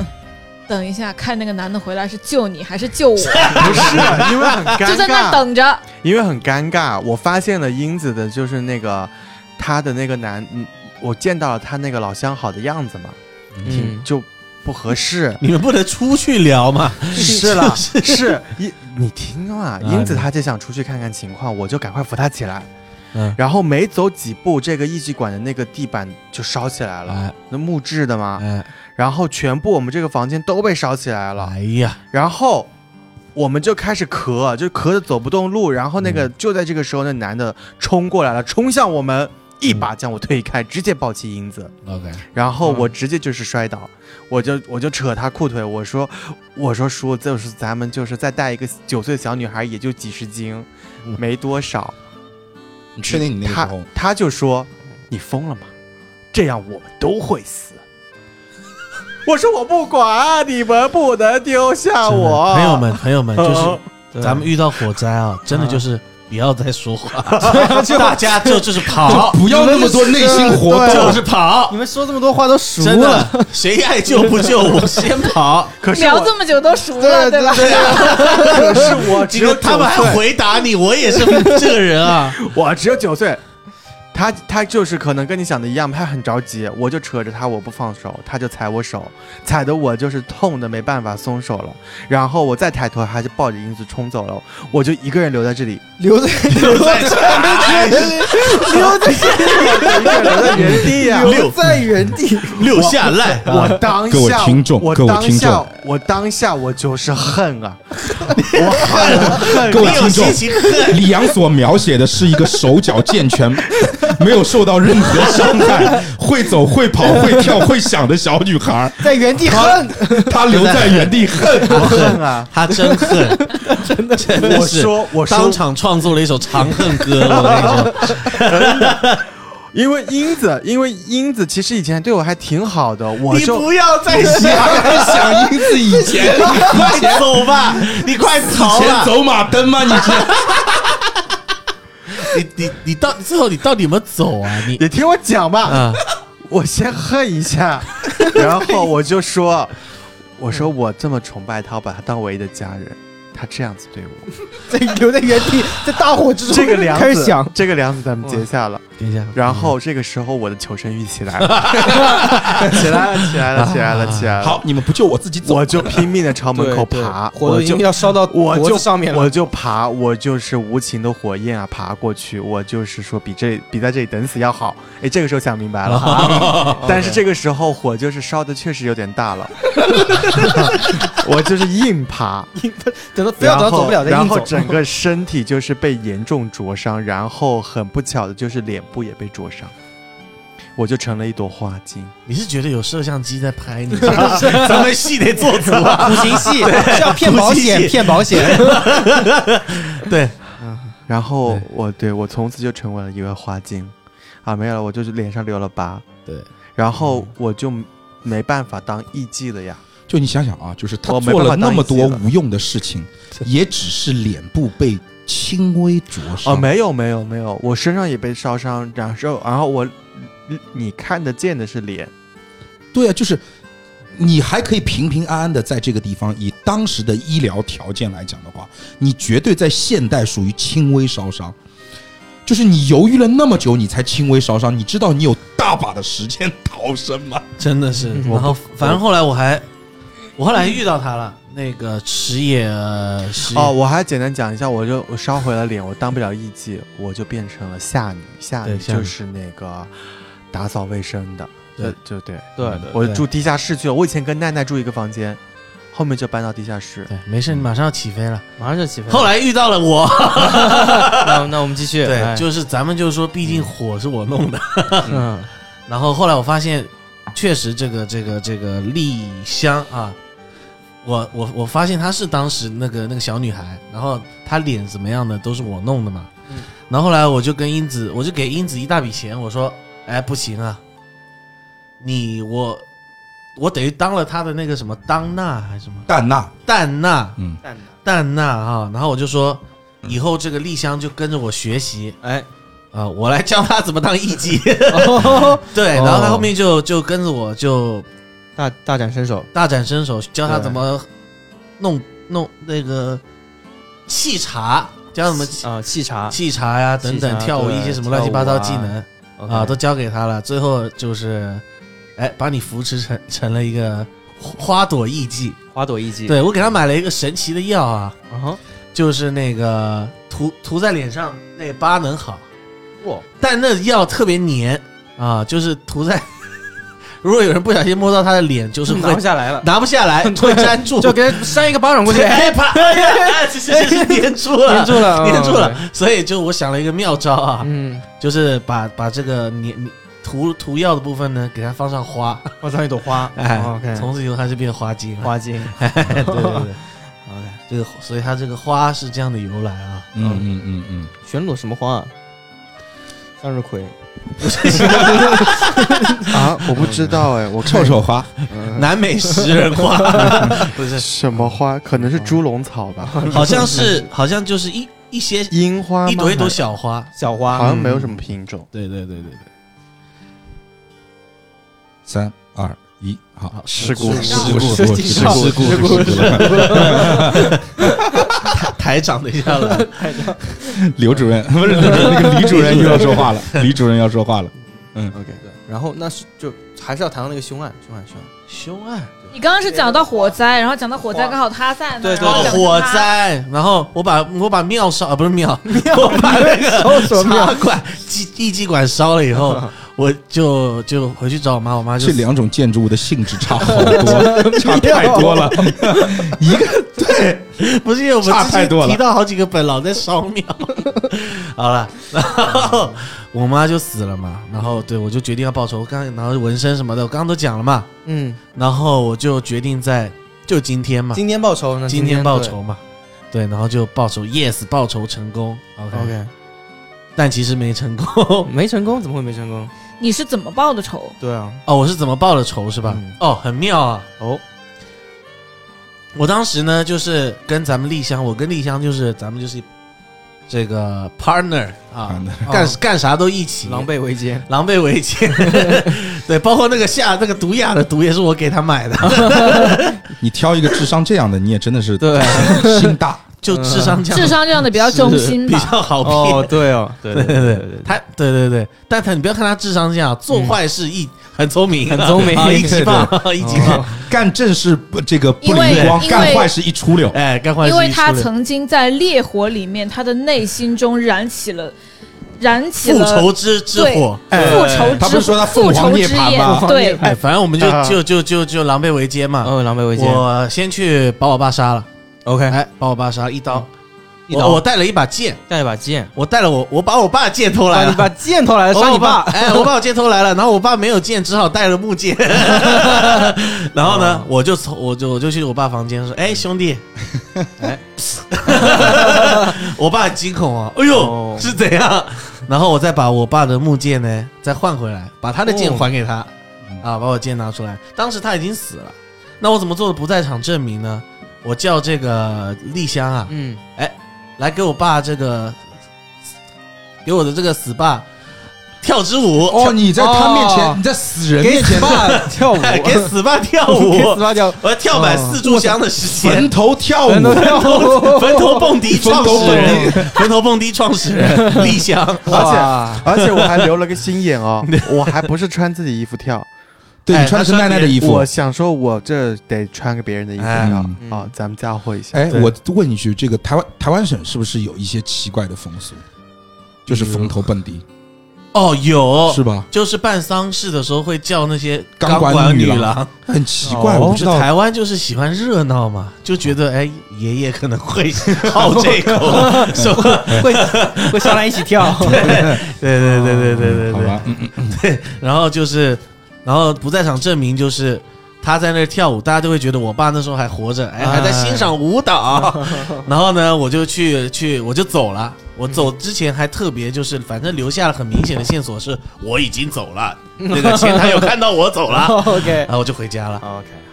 等一下看那个男的回来是救你还是救我，不是因为很尴尬，就在那等着。因为很尴尬，我发现了英子的就是那个她的那个男，嗯我见到了她那个老相好的样子嘛，嗯，就不合适你们不能出去聊嘛？是 了，是一你听啊，啊英子她就想出去看看情况，我就赶快扶她起来，嗯然后没走几步，这个艺伎馆的那个地板就烧起来了，哎那木质的嘛，哎然后全部我们这个房间都被烧起来了，哎呀，然后我们就开始咳，就咳的走不动路。然后那嗯个、就在这个时候，那男的冲过来了，冲向我们，一把将我推开，直接抱起英子， OK，然嗯后我直接就是摔倒，我就我就扯他裤腿，我说我说叔，就是咱们就是再带一个九岁小女孩，也就几十斤，嗯没多少。你确定你那个他时候他就说：“你疯了吗？这样我们都会 死。”我说：“我不管，你们不能丢下真的我。”呃朋友，们，朋友们，就是对咱们遇到火灾啊，真的就是不要再说话，大家就就是跑，不要那么多内心活对就动，是跑，你们说这么多话都熟真 了，的，谁爱救不救我，先跑。可是聊我，这么久都熟啊了，对吧？可是我只结有果他们九岁还回答你，我也是这个人啊，我只有九岁。他他就是可能跟你想的一样，他很着急，我就扯着他，我不放手，他就踩我手，踩的我就是痛的没办法松手了，然后我再抬头，他就抱着英子冲走了，我就一个人留在这 里， 留在留在这里留在一个人留在原地呀、留在原地，留下来。我当各位下，听众我各位当听下众，我当下我就是恨 啊，我恨恨各位你有听众心情恨，李阳所描写的是一个手脚健全、 没有受到任何伤害、会走、会跑、会跳、会想的小女孩，在原地 恨。她留在原地恨。 我恨啊！他真恨， 真的真的我是说我说当场创作了一首《长恨歌》，我跟你 说，因为英子，因为英子其实以前对我还挺好的，我你就不要再你想，还在想英子以前快走吧，你快逃以前吧，走马灯吗？你 这你你你到最后你到底有没有走啊？你你听我讲嗯吧，啊，我先恨一 下，然后我就说，我说嗯我这么崇拜他，我把他当唯一的家人，他这样子对我，在留在原地，在大火之中这个梁开始子想，嗯这个梁子咱们结下了。等一下，然后这个时候我的求生欲起来了，嗯 起来了，起来了，起来了，起来了。好，，你们不救我自己走我。就拼命的朝门口爬，火都我已就经要烧到我脖就子上面了。我就爬，我就是无情的火焰啊，爬过去，我就是说比这比在这里等死要好。哎，这个时候想明白 了，啊、但是这个时候火就是烧的确实有点大了， 我就是硬爬，等到非要等到走不了再然硬后走。 整个身体就是被严重灼伤，然后很不巧的就是脸部也被灼伤，我就成了一朵花茎。你是觉得有摄像机在拍你，咱们戏得做足啊。苦行戏 是要骗保苦行戏险，骗保 险。对，然后我对我从此就成为了一个花精，啊，没有了，我就是脸上留了疤。对，嗯然后我就没办法当艺妓了呀。就你想想啊，就是她我没办做法了那么多当一姐了无用的事情，也只是脸部被轻微灼哦，伤。没有没有没有，我身上也被烧伤，然后然后我你看得见的是脸，对啊，就是你还可以平平安安的在这个地方，以当时的医疗条件来讲的话，你绝对在现代属于轻微烧伤。就是你犹豫了那么久，你才轻微烧伤，你知道你有大把的时间逃生吗？真的是。嗯然后反正后来我还，我后来遇到他了，那个池野呃石野哦，我还简单讲一下，我就我烧毁了脸，我当不了艺妓，我就变成了下女，下对女下女就是那个打扫卫生的，对就就对，对对我住地下室去了，我以前跟奈奈住一个房间，后面就搬到地下室。对，没事，你马上要起飞了。马上就起飞了。后来遇到了我，那那我们继续。对，哎就是咱们就是说，毕竟火是我弄的。嗯， 然后后来我发现，确实这个这个这个丽香啊，我我我发现她是当时那个那个小女孩，然后她脸怎么样的都是我弄的嘛。然后后来我就跟英子，我就给英子一大笔钱，我说，哎，不行啊，你我我等于当了她的那个什么当娜还是什么蛋娜，蛋娜嗯，蛋娜啊，然后我就说，以后这个丽香就跟着我学习 哎，啊、我来教她怎么当艺妓。哦对，哦然后他后面就就跟着我就 大大展身手，大展身手，教他对怎么弄弄那个沏茶，教他怎么沏啊，沏茶沏茶呀、等沏等，茶跳舞对一些什么乱七八糟技能，OK 啊，都教给他了。最后就是，哎，把你扶持成成了一个花朵艺妓。花朵艺伎。对我给他买了一个神奇的药啊，嗯哼，就是那个涂涂在脸上那疤能好，哇，但那药特别黏啊，就是涂在 如果有人不小心摸到他的脸，就是拿会嗯不下来 了，拿不下来，会粘住，就给他扇一个巴掌过 去，哎啪，哎这这这是粘住了， 粘住了，粘住哦。了。所以就我想了一个妙招啊，嗯，就是把把这个粘粘涂涂药的部分呢，给它放上花，放上一朵花，哎哦，OK，从此以后它就变花精了。花精 对对对， ，OK，这个所以它这个花是这样的由来啊。嗯嗯嗯 嗯，旋裸什么花啊？向日葵，啊，我不知道哎，我看臭臭花，南美食人花不是，什么花？可能是猪笼草 吧，好像是好像就是一一些樱花吗一朵一朵，小花。小还花，好像没有什么品嗯种。对对对对对，三二一，好。好事故事事故，故事故，事故，事故，台长等一下了， 刘主 任不是那个李主任又要说 话了，李主任要说话了。 OK，嗯对，然后那是就还是要谈到那个凶案，凶案，凶案，凶啊案你刚刚是讲到火灾，然后讲到火灾刚好他在那，对对然后哦讲火他，灾，然后我把我把庙烧啊不是庙， 我把那什个么庙茶馆地地基管烧了以后，我就就回去找我妈，我妈就这两种建筑物的性质差好多， 差太多了。 不是因为我们差之太前多了提到好几个本老在烧庙， 好了，然后我妈就死了嘛，然后对我就决定要报仇，刚然后纹身什么的，我刚刚都讲了嘛，嗯，然后我就决定在就今天嘛，今天报仇呢？今天天报仇嘛，对，然后就报仇，yes，报仇成功对，OK， ，OK，但其实没成功哦 没成功，怎么会没成功？你是怎么报的仇？对啊，哦，我是怎么报的仇是吧嗯？哦，很妙啊，哦，我当时呢就是跟咱们丽香，我跟丽香就是咱们就是这个 partner 啊，干干啥都一起，哦狼狈为奸，狼狈为 奸，对，包括那个下那个毒哑的毒也是我给他买的，你挑一个智商这样的，你也真的是对，心 大。就智商这样智商这样的比较忠心比吧，较好 嗯哦，骗。对哦，对对对对对对对，他对对对，但他你不要看他智商这样，做坏事一很聪明，很聪明啊一级棒， 一级哦棒，干正事不这个不因为灵光，因为干坏事一出溜。哎，干坏事因为一他出来曾经在烈火里面，他的内心中燃起了燃起复了仇之之对火，复仇他之不是说他复凤仇凰涅之槃夜吗， 对，哎，反正我们就啊就就就就狼狈为奸嘛。哦，狼狈为奸我先去把我爸杀了， ，OK，哎，把我爸杀了一刀，一我刀我带了一把剑，带一把剑，我带了我我把我爸的剑偷来把了你，把剑偷来了，我杀把你我爸爸，哎，我把我剑偷来了，然后我爸没有剑，只好带了木剑。 然后哦呢，我就从我就我就去我爸房间说：“哎，兄 弟，哎， 我爸很惊恐啊，哎哦呦，是怎样？”然后我再把我爸的木剑呢再换回来，把他的剑哦还给他，嗯啊，把我剑拿出来。当时他已经死了，那我怎么做的不在场证明呢？我叫这个丽香啊，嗯，来给我爸这个，给我的这个死爸跳支舞，哦，你在他面哦前，你在死人给面死前爸 跳 舞，哎给死爸跳 给舞哦死，爸跳，我要跳满哦四炷香的时坟间。头跳舞，人都跳 舞，坟头蹦迪哦坟创头始人， 坟头蹦迪创始 人丽香，哇，而且我还留了个心眼 哦，我还不是穿自己衣服跳，对哎你穿的是奈奈的衣服我。想说，我这得穿个别人的衣服哎跳嗯啊，咱们嫁祸一下。哎，对我问一句，这个台湾台湾省是不是有一些奇怪的风俗？就是坟头蹦迪，哦，有是吧？就是办丧事的时候会叫那些钢管管女女郎郎，很奇怪，哦我不就知道。台湾就是喜欢热闹嘛，就觉得哎，爷爷可能 会好这口，是吧？会会上来一起跳，对对对对对对好对吧，嗯嗯，然后就是，然后不在场证明就是他在那儿跳舞，大家就会觉得我爸那时候还活着，哎，还在欣赏舞蹈。然后呢，我就去去，我就走了。我走之前还特别就是，反正留下了很明显的线索，是我已经走了，那个前台有看到我走 了， ，OK 然后我就回家了。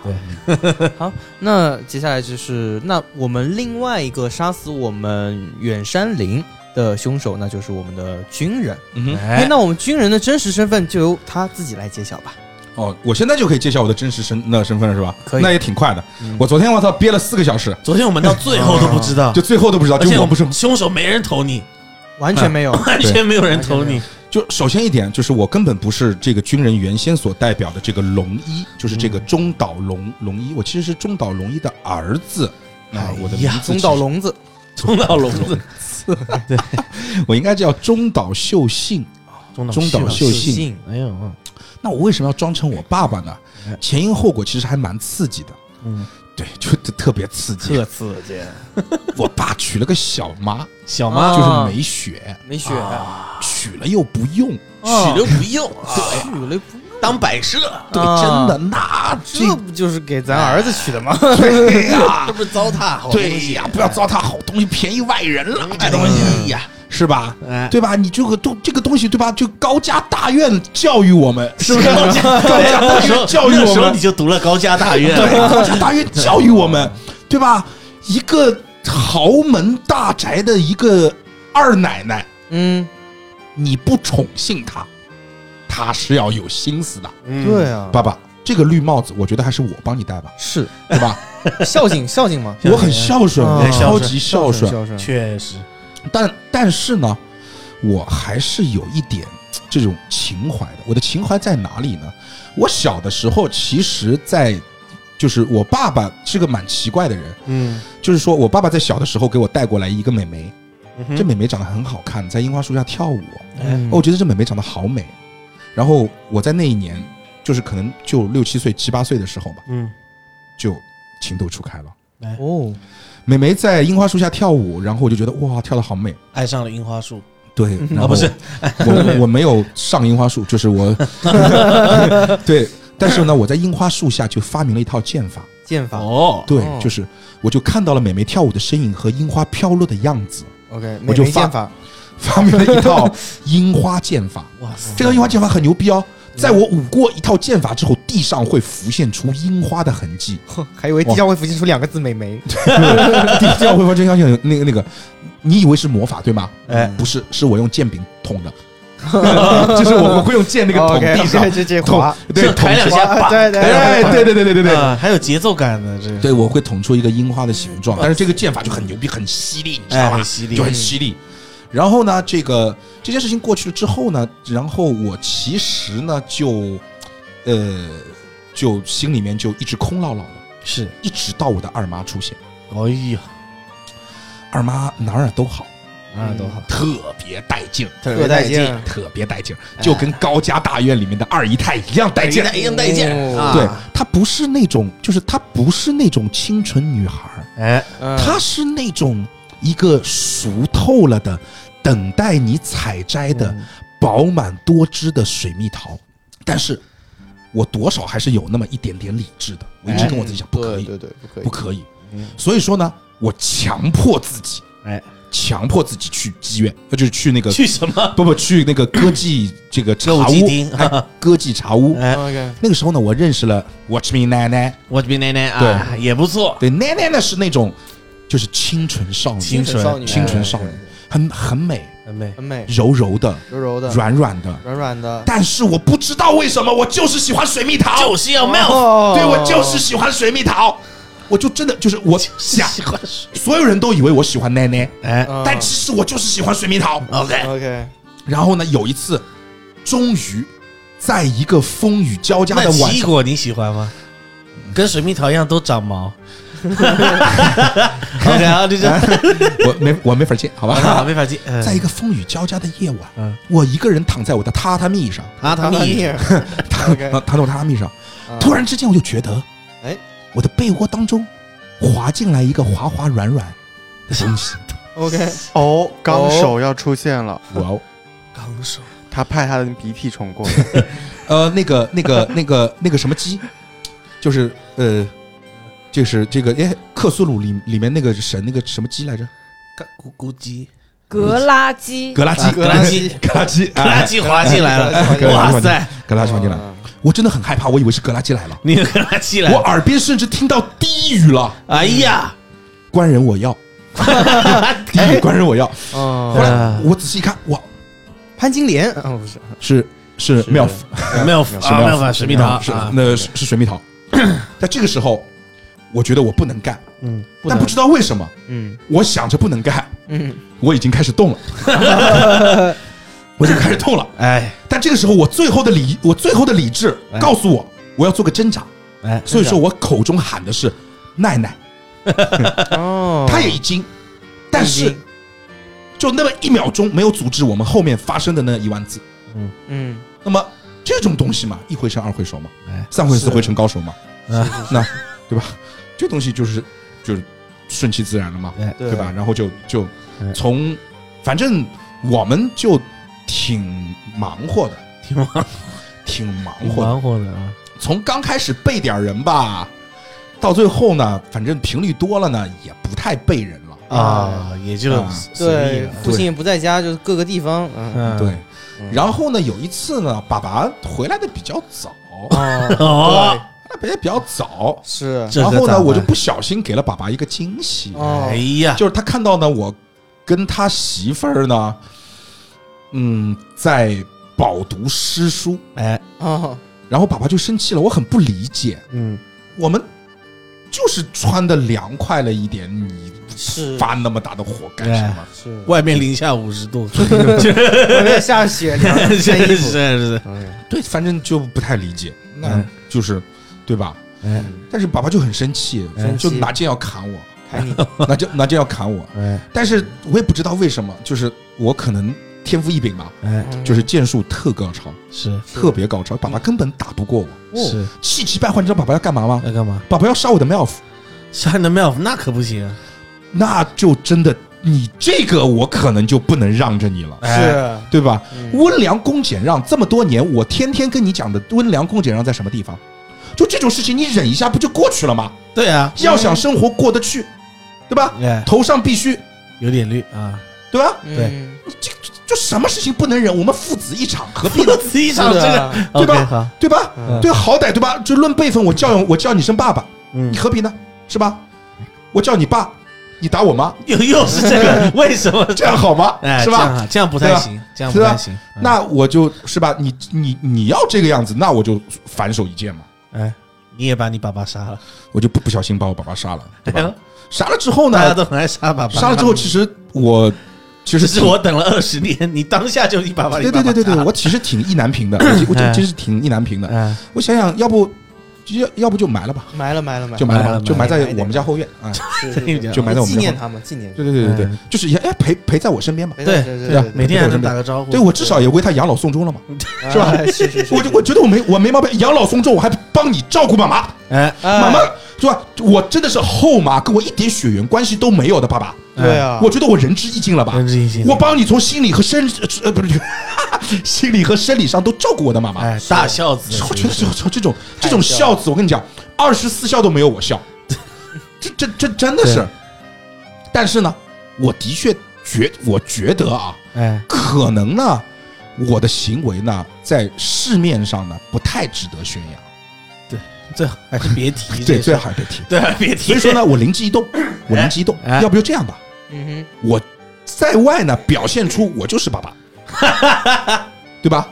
OK，好，那接下来就是那我们另外一个杀死我们远山林的凶手，那就是我们的军人。嗯哎，哎，那我们军人的真实身份就由他自己来揭晓吧。哦，我现在就可以揭晓我的真实身那身份了，是吧？可以那也挺快的。我昨天我操憋了四个小时，昨天我们到最后都不知道，啊就最后都不知道，啊而就且我不是凶手，没人投你，完全没 有，完全没有人投你。就首先一点，就是我根本不是这个军人原先所代表的这个龙一，就是这个中岛龙龙一，我其实是中岛龙一的儿子啊，我的名字中岛，笼子，中岛笼子，我应该叫中岛秀信，中中岛秀秀信。信，哎呦，嗯那我为什么要装成我爸爸呢？前因后果其实还蛮刺激的，哎嗯，对，就特特别刺激。特刺激，我爸娶了个小妈，小啊妈啊就是美雪，没血，娶了又不用，娶了不用啊， 娶了不用当摆设，对，啊真的那这这不就是给咱儿子娶的吗？对 呀这不是糟蹋好东西啊对呀，不要糟蹋好东西，便宜外人了，这哎东西哎呀，是吧？哎，对吧？你这个都这个东西对吧？就高家大院教育我们，是不是？高家高家那大时候院教 育那我时候们你，就读了高家大院，啊对，高家大院教育我们，对吧？一个豪门大宅的一个二奶奶，嗯，你不宠幸她，她是要有心思的。嗯对啊，爸爸，这个绿帽子，我觉得还是我帮你戴吧，是对 吧？孝敬孝敬嘛，我很孝顺，啊嗯我超级孝顺，孝顺，确实，但但是呢，我还是有一点嘖这种情怀的。我的情怀在哪里呢？我小的时候，其实在就是我爸爸是个蛮奇怪的人，嗯，就是说我爸爸在小的时候给我带过来一个妹妹，这嗯嗯妹妹长得很好看，在樱花树下跳舞，嗯哦我觉得这妹妹长得好美。然后我在那一年，就是可能就六七岁、七八岁的时候吧，嗯，就情窦初开了。哦，美眉在樱花树下跳舞，然后我就觉得哇，跳得好美。嗯爱上了樱花树，对，然后啊不是， 我我没有上樱花树，就是 我，对，但是呢，我在樱花树下就发明了一套剑法，剑法哦，对哦，就是我就看到了美眉跳舞的身影和樱花飘落的样子， ，OK，我就美眉发剑法，发明了一套樱花剑法。哇塞，这个樱花剑法很牛逼哦，在我舞过一套剑法之后，地上会浮现出樱花的痕迹，哼还以为地下会浮现出两个字“美眉地上会发现像那个那个，你以为是魔法对吗？哎不是，是我用剑柄捅的，就是我会用剑那个捅哦，OK，地上这，这这捅滑，对，就捅抬两出下滑吧对对哎，对对对对对对，啊还有节奏感的这个，对，我会捅出一个樱花的形状，但是这个剑法就很牛逼，很犀利，你知道哎，吧很？犀利就，嗯很犀利。然后呢，这个这件事情过去了之后呢，然后我其实呢就，呃，就心里面就一直空落落的，是，一直到我的二妈出现。哎呀，二妈哪儿哪儿都好，哪儿都好，特别带劲儿，特别带劲儿哎特别带劲儿，就跟高家大院里面的二姨太一样带劲儿。一样带劲儿哦啊，对，她不是那种，就是她不是那种清纯女孩儿，哎，”，嗯他是那种一个熟透了的、等待你采摘的饱满多汁的水蜜桃，但是我多少还是有那么一点点理智的。我一直跟我自己讲，不可哎以，对，不可不可以。所以说呢，我强迫自己，哎，强迫自己去妓院，呃就是去那个去什么？不不去那个歌妓这个茶歌舞伎屋，町哎歌妓茶屋。哎， ，OK，那个时候呢，我认识了 Watch Me 奶奶，我这边奶奶啊，也不错，对奶奶呢是那种就是清纯少女，清纯少女，清纯少哎女，很很美，很美，很美，柔柔的，柔柔的，软软的。软软的，但是我不知道为什么，我就是喜欢水蜜桃，就是要 melt，哦对我就是喜欢水蜜桃，我就真的就是我想，喜欢水，所有人都以为我喜欢奶奶，哎嗯但其实我就是喜欢水蜜桃。嗯，OK， ，OK，然后呢，有一次，终于在一个风雨交加那的晚奇异上，果你喜欢吗？跟水蜜桃一样都长 毛。OK，然后就这样，我没我没法接，好好吧？没法接。嗯在一个风雨交加的夜嗯晚，我一个人躺在我的榻榻米上，阿汤米，躺 OK 躺在我榻榻米上，嗯突然之间我就觉得，哎哎，我的被窝当中滑进来一个滑滑软软的东西。 ，OK，哦，纲手要出现了， 哇哦！刚手他派他的鼻涕冲过来，呃，那个、那个、 那个、那个什么鸡，就是呃，就是这个哎，克苏鲁里里面那个神那个什么鸡来着？咕咕鸡，格拉基，格拉鸡，啊格拉鸡格拉 鸡，格拉哎鸡滑进来了，嗯格拉哇鸡塞，格拉鸡进来了。我真的很害怕，我以为是格拉鸡来了，你格拉鸡来我了，耳边甚至听到低语了，哎呀，官 人我要，低语官人我哎要。后嗯，来我仔细一看，哇，潘金莲，哦，不是，是是是妙夫。没有啊，没有法水蜜桃是啊，那是是水蜜桃。在这个时候，我觉得我不能干，嗯，但不知道为什么，嗯我想着不能干，嗯，我已经开始动了，我已经开始动了。哎 但这个时候，我最后的理，我最后的理智哎告诉我，我要做个挣扎。哎，所以说我口中喊的是奈奈，哦，她也一惊，但一是惊就那么一秒钟没有阻止我们后面发生的那一万字。嗯那么这种东西嘛，一回生二回熟嘛，哎，三回四是回成高手嘛，啊那对吧？这东西就是就是顺其自然了嘛，哎对吧？？然后就就嗯从，反正我们就挺忙活的，挺忙挺忙挺活的。忙活的啊，从刚开始背点人吧，到最后呢，反正频率多了呢，也不太背人了。啊，也就啊随意了。父亲也不在家，就是各个地方，嗯，嗯，对，嗯然后呢，有一次呢，爸爸回来的比较早，哦，哦，他回来比较早，是，这然个后咋呢，我就办不小心给了爸爸一个惊喜。哦哎，呀， 就是他看到呢，我跟他媳妇儿呢，嗯，在饱读诗书，哎，哦，然后爸爸就生气了，我很不理解，嗯，我们就是穿的凉快了一点，你是发那么大的火干什么？是，外面零下五十度，是 外面下雪，凉了穿衣是服，是，哎对，反正就不太理解，那嗯就是对吧？哎但是爸爸就很生气，生就气拿剑要砍我， 看你，拿剑拿剑要砍我，哎但是我也不知道为什么，就是我可能天赋异禀吧，哎，就是剑术特高超。是特别高超，爸爸根本打不过我，是气急败坏。你知道爸爸要干嘛吗？要干嘛？爸爸要杀我的 MILF，杀你的 MILF 那可不行，啊那就真的你这个我可能就不能让着你了，是，对吧？嗯温良恭俭让这么多年，我天天跟你讲的温良恭俭让在什么地方？就这种事情，你忍一下不就过去了吗？对啊，要想生活过得去，对吧？哎，头上必须，有点绿啊，对吧？对嗯就什么事情不能忍，我们父子一场，何必呢我？自己想是啊这个的，对 OK，吧好，对吧？嗯对，好歹对吧？就论辈分，我叫我叫你声爸爸，嗯你，何必呢？是吧？我叫你爸，你打我妈，又又是这个，为什么？这样好吗？嗯哎，是这样吧？啊这样不太行，这样不太行。嗯那我就是吧，你你你要这个样子，那我就反手一剑嘛，哎，你也把你爸爸杀了，我就不不小心把我爸爸杀了，对哎吧呦？杀了之后大家呢，都很爱杀爸爸。杀了之后，其实我其只实是挺我等了二十年，你当下就一把把你对爸对爸对对对，杀了我其实挺意难 平的，我其我哎其实挺意难平的。哎我想想，要不要要不就埋了吧，埋了埋了埋了，就埋埋了了吧，就埋在埋了我们家后院啊。是是是就 就埋在我们纪家念后他们，纪念，哎对对对对对嗯，就是也哎陪陪在我身边嘛，对对对对啊每天还能打个招呼。对我至少也为他养老送终了嘛。是吧哎是是是，我就我觉得我没我没毛病，养老送终我还帮你照顾妈妈，哎，妈妈妈是吧？我真的是后妈，跟我一点血缘关系都没有的爸爸，对啊，我觉得我仁至义尽了吧？仁至义尽啊我帮你从心理和生呃不是心理和生理上都照顾我的妈妈。哎，大孝子，我觉得这这这种这种太孝孝子，我跟你讲，二十四孝都没有我 孝，这这这真的是对。但是呢，我的确觉我觉得啊，哎可能呢，我的行为呢，在市面上呢不太值得宣扬，最好哎还是别提这对，事最儿，好别提。对，啊别提。所以说，呢，我灵机一动，我灵机一动，哎要不就这样吧，嗯我在外呢表现出我就是爸爸，对吧？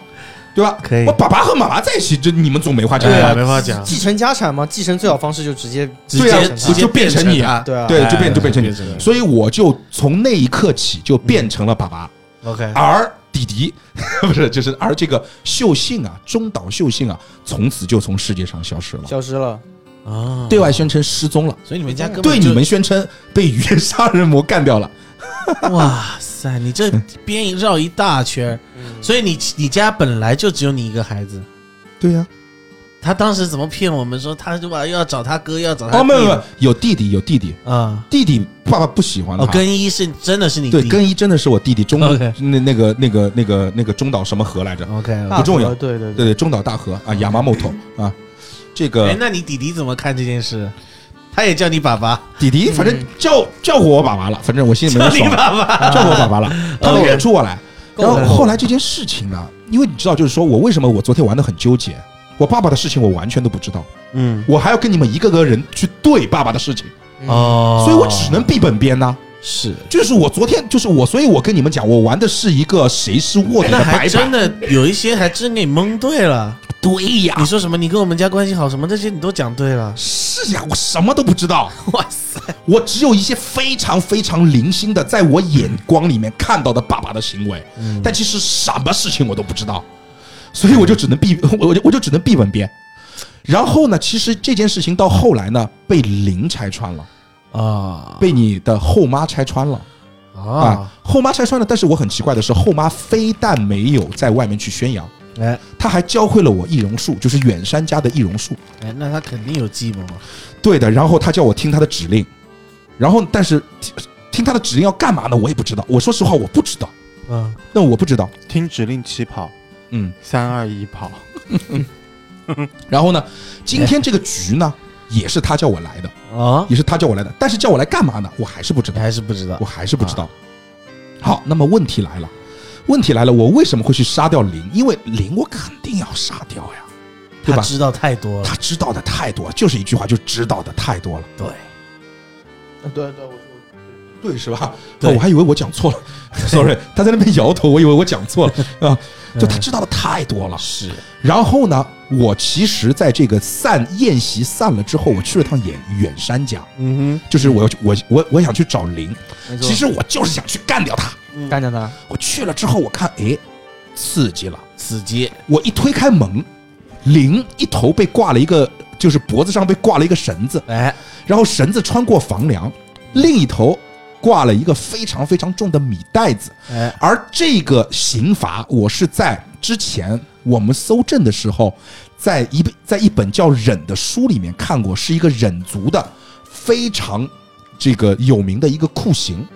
对吧？可以我爸爸和妈妈在一起，这你们总没话讲哎呀，吧？没法哼，讲，继承家产嘛，继承最好方式就直接直对啊接直接就变成你啊他对啊，对，哎就变就变成你变成，你所以我就从那一刻起就变成了爸爸， OK，而弟弟不是就是而这个秀信啊，中岛秀信啊，从此就从世界上消失了，消失了，啊，对外宣称失踪了，所以你们家根本对就你们宣称被雨夜杀人魔干掉了，哇塞，你这边一绕一大圈儿，嗯所以你你家本来就只有你一个孩子，对呀，他当时怎么骗我们说他就把又要找他哥，又要找他哦，没有没弟有，有弟弟有弟弟，啊，弟弟爸爸不喜欢他。哦，更衣是真的是你对，弟更衣真的是我弟弟中 OK 那那个那个那个那个中岛什么河来着？ OK，大不重要河对对对对，中岛大河啊，亚麻木头啊，这哎个，那你弟弟怎么看这件事？他也叫你爸爸，弟弟反正叫叫我我爸爸了，反正我心里叫面你爽，爸爸，叫我爸爸了，他能认出我来。够然了后后来这件事情呢，因为你知道，就是说我为什么我昨天玩的很纠结，我爸爸的事情我完全都不知道，嗯，我还要跟你们一个个人去对爸爸的事情，啊哦，所以我只能避本编呐、是，就是我昨天就是我，所以我跟你们讲，我玩的是一个谁是卧哎底那的还白真板。的有一些还真给蒙对了。对呀你说什么？你跟我们家关系好什么？这些你都讲对 了。是呀，我什么都不知道，哇塞，我只有一些非常非常零星的，在我眼光里面看到的爸爸的行为，但其实什么事情我都不知道，所以我就只能避， 我我就我就只能避吻边。然后呢，其实这件事情到后来呢，被零拆穿了，啊被你的后妈拆穿了啊啊，后妈拆穿了。但是我很奇怪的是，后妈非但没有在外面去宣扬，哎他还教会了我易容术，就是远山家的易容术。哎，那他肯定有计谋嘛。对的，然后他叫我听他的指令，然后但是听听他的指令要干嘛呢？我也不知道。我说实话，我不知道。嗯，那我不知道。听指令起跑，嗯，三二一跑。然后呢，今天这个局呢，也是他叫我来的，哦，也是他叫我来的，但是叫我来干嘛呢？我还是不知你道，还是不知道我。还是不知道。好，那么问题来了，问题来了，我为什么会去杀掉林？因为林我肯定要杀掉呀，对他吧？知道太多了他，知道的太多了，就是一句话，就知道的太多了，对，对是吧？对哦我还以为我讲错了 ，sorry，他在那边摇头，我以为我讲错了啊，就嗯他知道的太多了。是然后呢，我其实在这个散宴席散了之后，我去了趟远远山家，嗯就是我要去我我我想去找林，没错其实我就是想去干掉他。干掉他，我去了之后，我看哎，刺激了，哼，死机我一推开门，林一头被挂了一个，就是脖子上被挂了一个绳子，哎，然后绳子穿过房梁，另一头挂了一个非常非常重的米袋子。哎，而这个刑罚，我是在之前我们搜证的时候，在一本在一本叫《忍》的书里面看过，是一个忍族的非常这个有名的一个酷刑。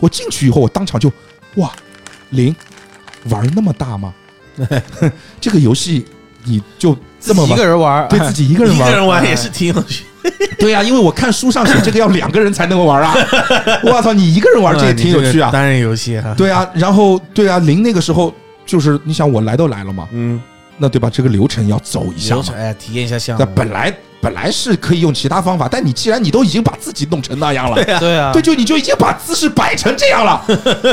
我进去以后，我当场就哇，林玩那么大 吗？这个游戏你就这么自己一玩个？人玩，对自 己一个人一玩，哎个人玩也是挺有趣。 对呀、因为我看书上写这个要两个人才能够玩啊。我操，你一个人玩嗯这也挺有哦趣啊。单人游戏哈。对啊，然后对啊，零那个时候就是你想我来都来了嘛，嗯，那对吧？这个流程要走一下流嘛程。哎，体验一下项那目。本来本来是可以用其他方法，但你既然你都已经把自己弄成那样了，对,、对啊，就你就已经把姿势摆成这样了，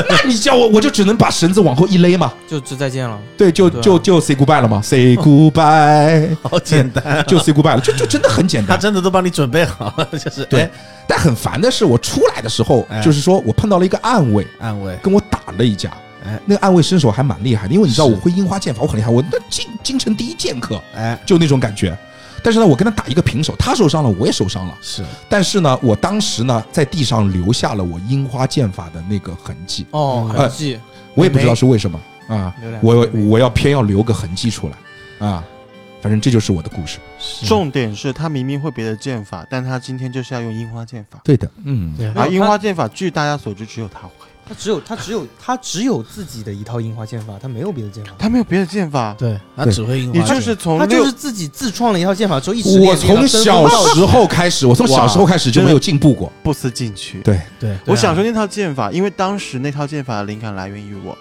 那你叫我我就只能把绳子往后一勒嘛，就就再见了，对，就对啊就就 say goodbye 了嘛，say goodbye 好简单，就 say goodbye 了，就就真的很简 他单。真的都帮你准备好 了，就是对，哎但很烦的是，我出来的时候，哎就是说我碰到了一个暗卫，哎安慰跟我打了一架。哎那个暗卫身手还蛮厉害的，因为你知道是我会樱花剑法，我很厉害，我那京京城第一剑客，哎就那种感觉。但是呢，我跟他打一个平手，他受伤了，我也受伤了。是但是呢，我当时呢，在地上留下了我樱花剑法的那个痕迹，哦，哎痕迹，我也不知道是为什么啊留。两个我妹妹我要偏要留个痕迹出来啊，反正这就是我的故事。是重点是他明明会别的剑法，但他今天就是要用樱花剑法。对的，嗯，对而没有啊樱他花剑法，据大家所知，只有他会，他只有他只有他只有自己的一套樱花剑法，他没有别的剑法，他没有别的剑法。对，他对只会樱你花啊就剑。是从他六就是自己自创了一套剑法之后，一直我练练从到登峰小造极时候开始，我从小时候开始就没有进步过。不思进取。对，对，啊我想说那套剑法，因为当时那套剑法的灵感来源于我。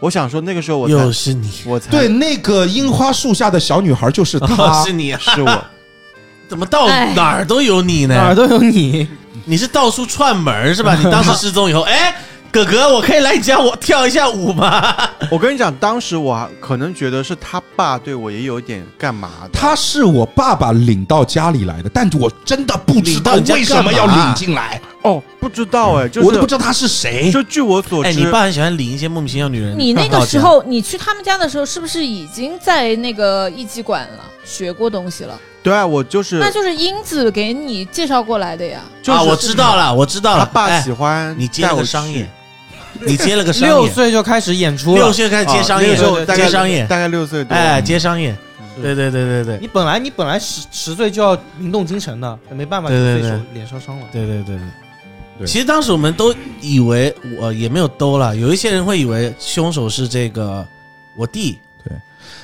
我想说那个时候我才又是 你，我才对，那个樱花树下的小女孩就是 又她啊是，你，是我， 怎么到哎哪儿都有你哪呢？儿都有你，你是到处串门 儿是吧？你当时失踪以后，哎，哥哥，我可以来你家我跳一下舞吗？我跟你讲，当时我还可能觉得是他爸对我也有一点干嘛的。她是我爸爸领到家里来的，但我真的不知领到道人家为什么要干嘛领 进来。哦，不知道嗯哎，就是我都不知道他是谁。就据 我所知，哎，你爸很喜欢领一些莫名其妙女 人。你那个时候，你去他们家的时候，是不是已经在那个艺伎馆了，学过东西了？对啊，我就是那就是英子给你介绍过来的呀。就是啊，我知道了，我知道他了。爸哎喜欢你接带了我个去商演，你接了个商六演，岁就开始演出六了。岁开始 接啊商那个演时候，大概接商演，大概六岁多，哎，接商演，嗯对对对对对你本来你本来十十岁就要名动京城的，没办法，对对你对手脸烧伤了。对对对对。对其实当时我们都以为，我也没有兜了，有一些人会以为凶手是这个我弟，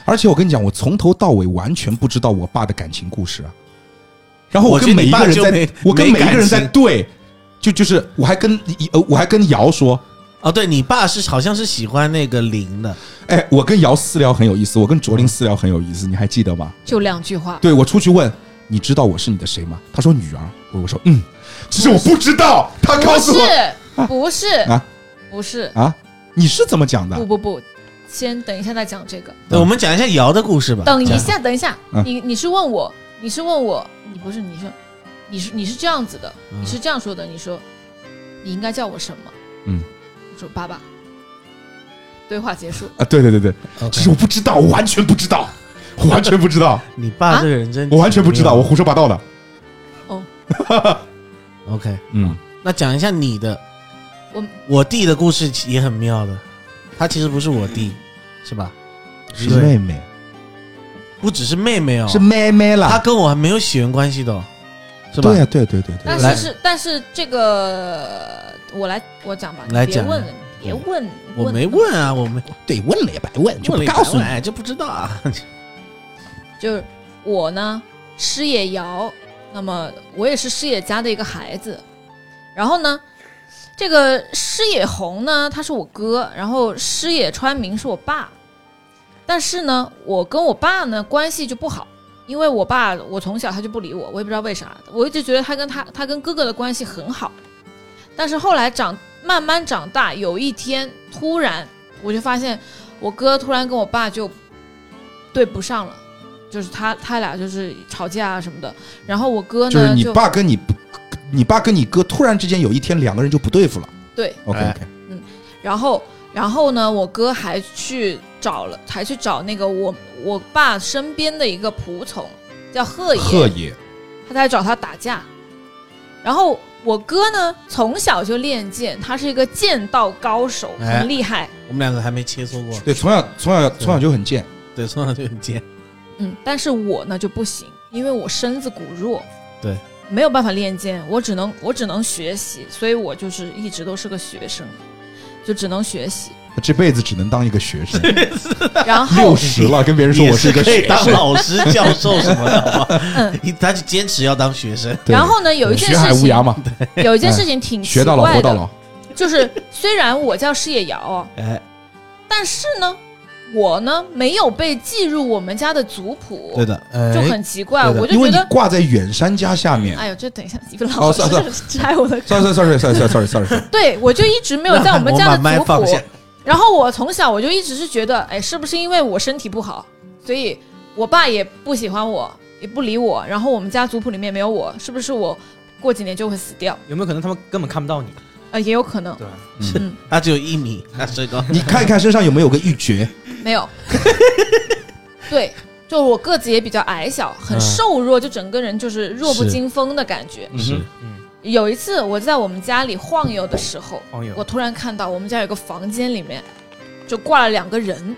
而且我跟你讲，我从头到尾完全不知道我爸的感情故事啊。然后我我觉跟得每你一爸个人就在没，我跟没每一感个人在情对，就就是我还跟呃我还跟瑶说，哦，对你爸是好像是喜欢那个林的，哎，我跟瑶私聊很有意思，我跟卓林私聊很有意思，你还记得吗？就两句话，对我出去问，你知道我是你的谁吗？他说女儿，我我说嗯，其实我不知道，他告不诉我是，不是，啊不是，啊，你是怎么讲不的？不不，先等一下再讲这个。对，我们讲一下瑶的故事吧。等一讲，下，等一下，啊嗯你你是问我，你是问我，你不是你是，你是你是这样子的，嗯你是这样说的，你说你应该叫我什么？嗯，我说爸爸。对话结束，啊，对对对对，其实 OK 我不知道，我完全不知道，我完全不知 道，你啊爸这个人真，我完全不知道，我。胡说八道的。 OK，嗯，那讲一下你的，我我弟的故事也很妙的，他其实不是我弟，是吧？是妹妹，不只是妹妹哦，是妹妹她啦。跟我还没有血缘关系的哦，是吧？对呀，啊对对对对但，来是是，但是这个我来我讲吧，你来别讲问了，你别问，我没，问啊，我没对问了也白问，就问不了告诉你。你，就不知道啊。 就是我呢，师野遥，那么我也是师野家的一个孩子，然后呢。这个师野弘呢，他是我哥，然后师野川明是我爸，但是呢，我跟我爸呢关系就不好，因为我爸我从小他就不理我，我也不知道为啥，我一直觉得他跟他他跟哥哥的关系很好，但是后来长慢慢长大，有一天突然我就发现我哥突然跟我爸就对不上了，就是他他俩就是吵架啊什么的，然后我哥呢就是你爸跟你，你爸跟你哥突然之间有一天两个人就不对付了。对 OK 哎 OK，然后，然后呢，我哥还去找了，还去找那个我我爸身边的一个仆从，叫贺爷，贺爷，他在找他打架。然后我哥呢，从小就练剑，他是一个剑道高手，哎很厉害。我们两个还没切磋过，对，从小从小从小就很贱，对，从小就很 贱。嗯，但是我呢就不行，因为我身子骨弱，对，没有办法练剑，我只能我只能学习，所以我就是一直都是个学生，就只能学习。这辈子只能当一个学 生。然后 六十了，跟别人说我是一个可以学 当生，老师、教授什么的 好吧，嗯你他就坚持要当学生。对然后呢，有一件学海事无涯情，嘛， 有一件事情挺奇学到老怪活到的，老。就是虽然我叫师野遥啊，哎，但是呢，我呢没有被记入我们家的族对谱，的，就哎，很奇怪，对的我就因为觉你得，挂在远山家下面。哎呦，这等一下你们老哦算了师摘我的， sorry sorry sorry sorry sorry sorry， 对我就一直没有在我们家把的麦族放谱下，，然后我从小我就一直是觉得，哎，是不是因为我身体不好，所以我爸也不喜欢我，也不理我，然后我们家族谱里面没有我，是不是我过几年就会死掉？有没有可能他们根本看不到你？呃，也有可能，他只有一米，他身 高。 你看一看身上有没有个玉珏？没 有。对，就我个子也比较矮小，很嗯瘦弱，就整个人就是弱不是禁风的感觉。嗯是有一次我在我们家里晃悠的时候，哎网友我突然看到我们家有个房间里面就挂了两个人，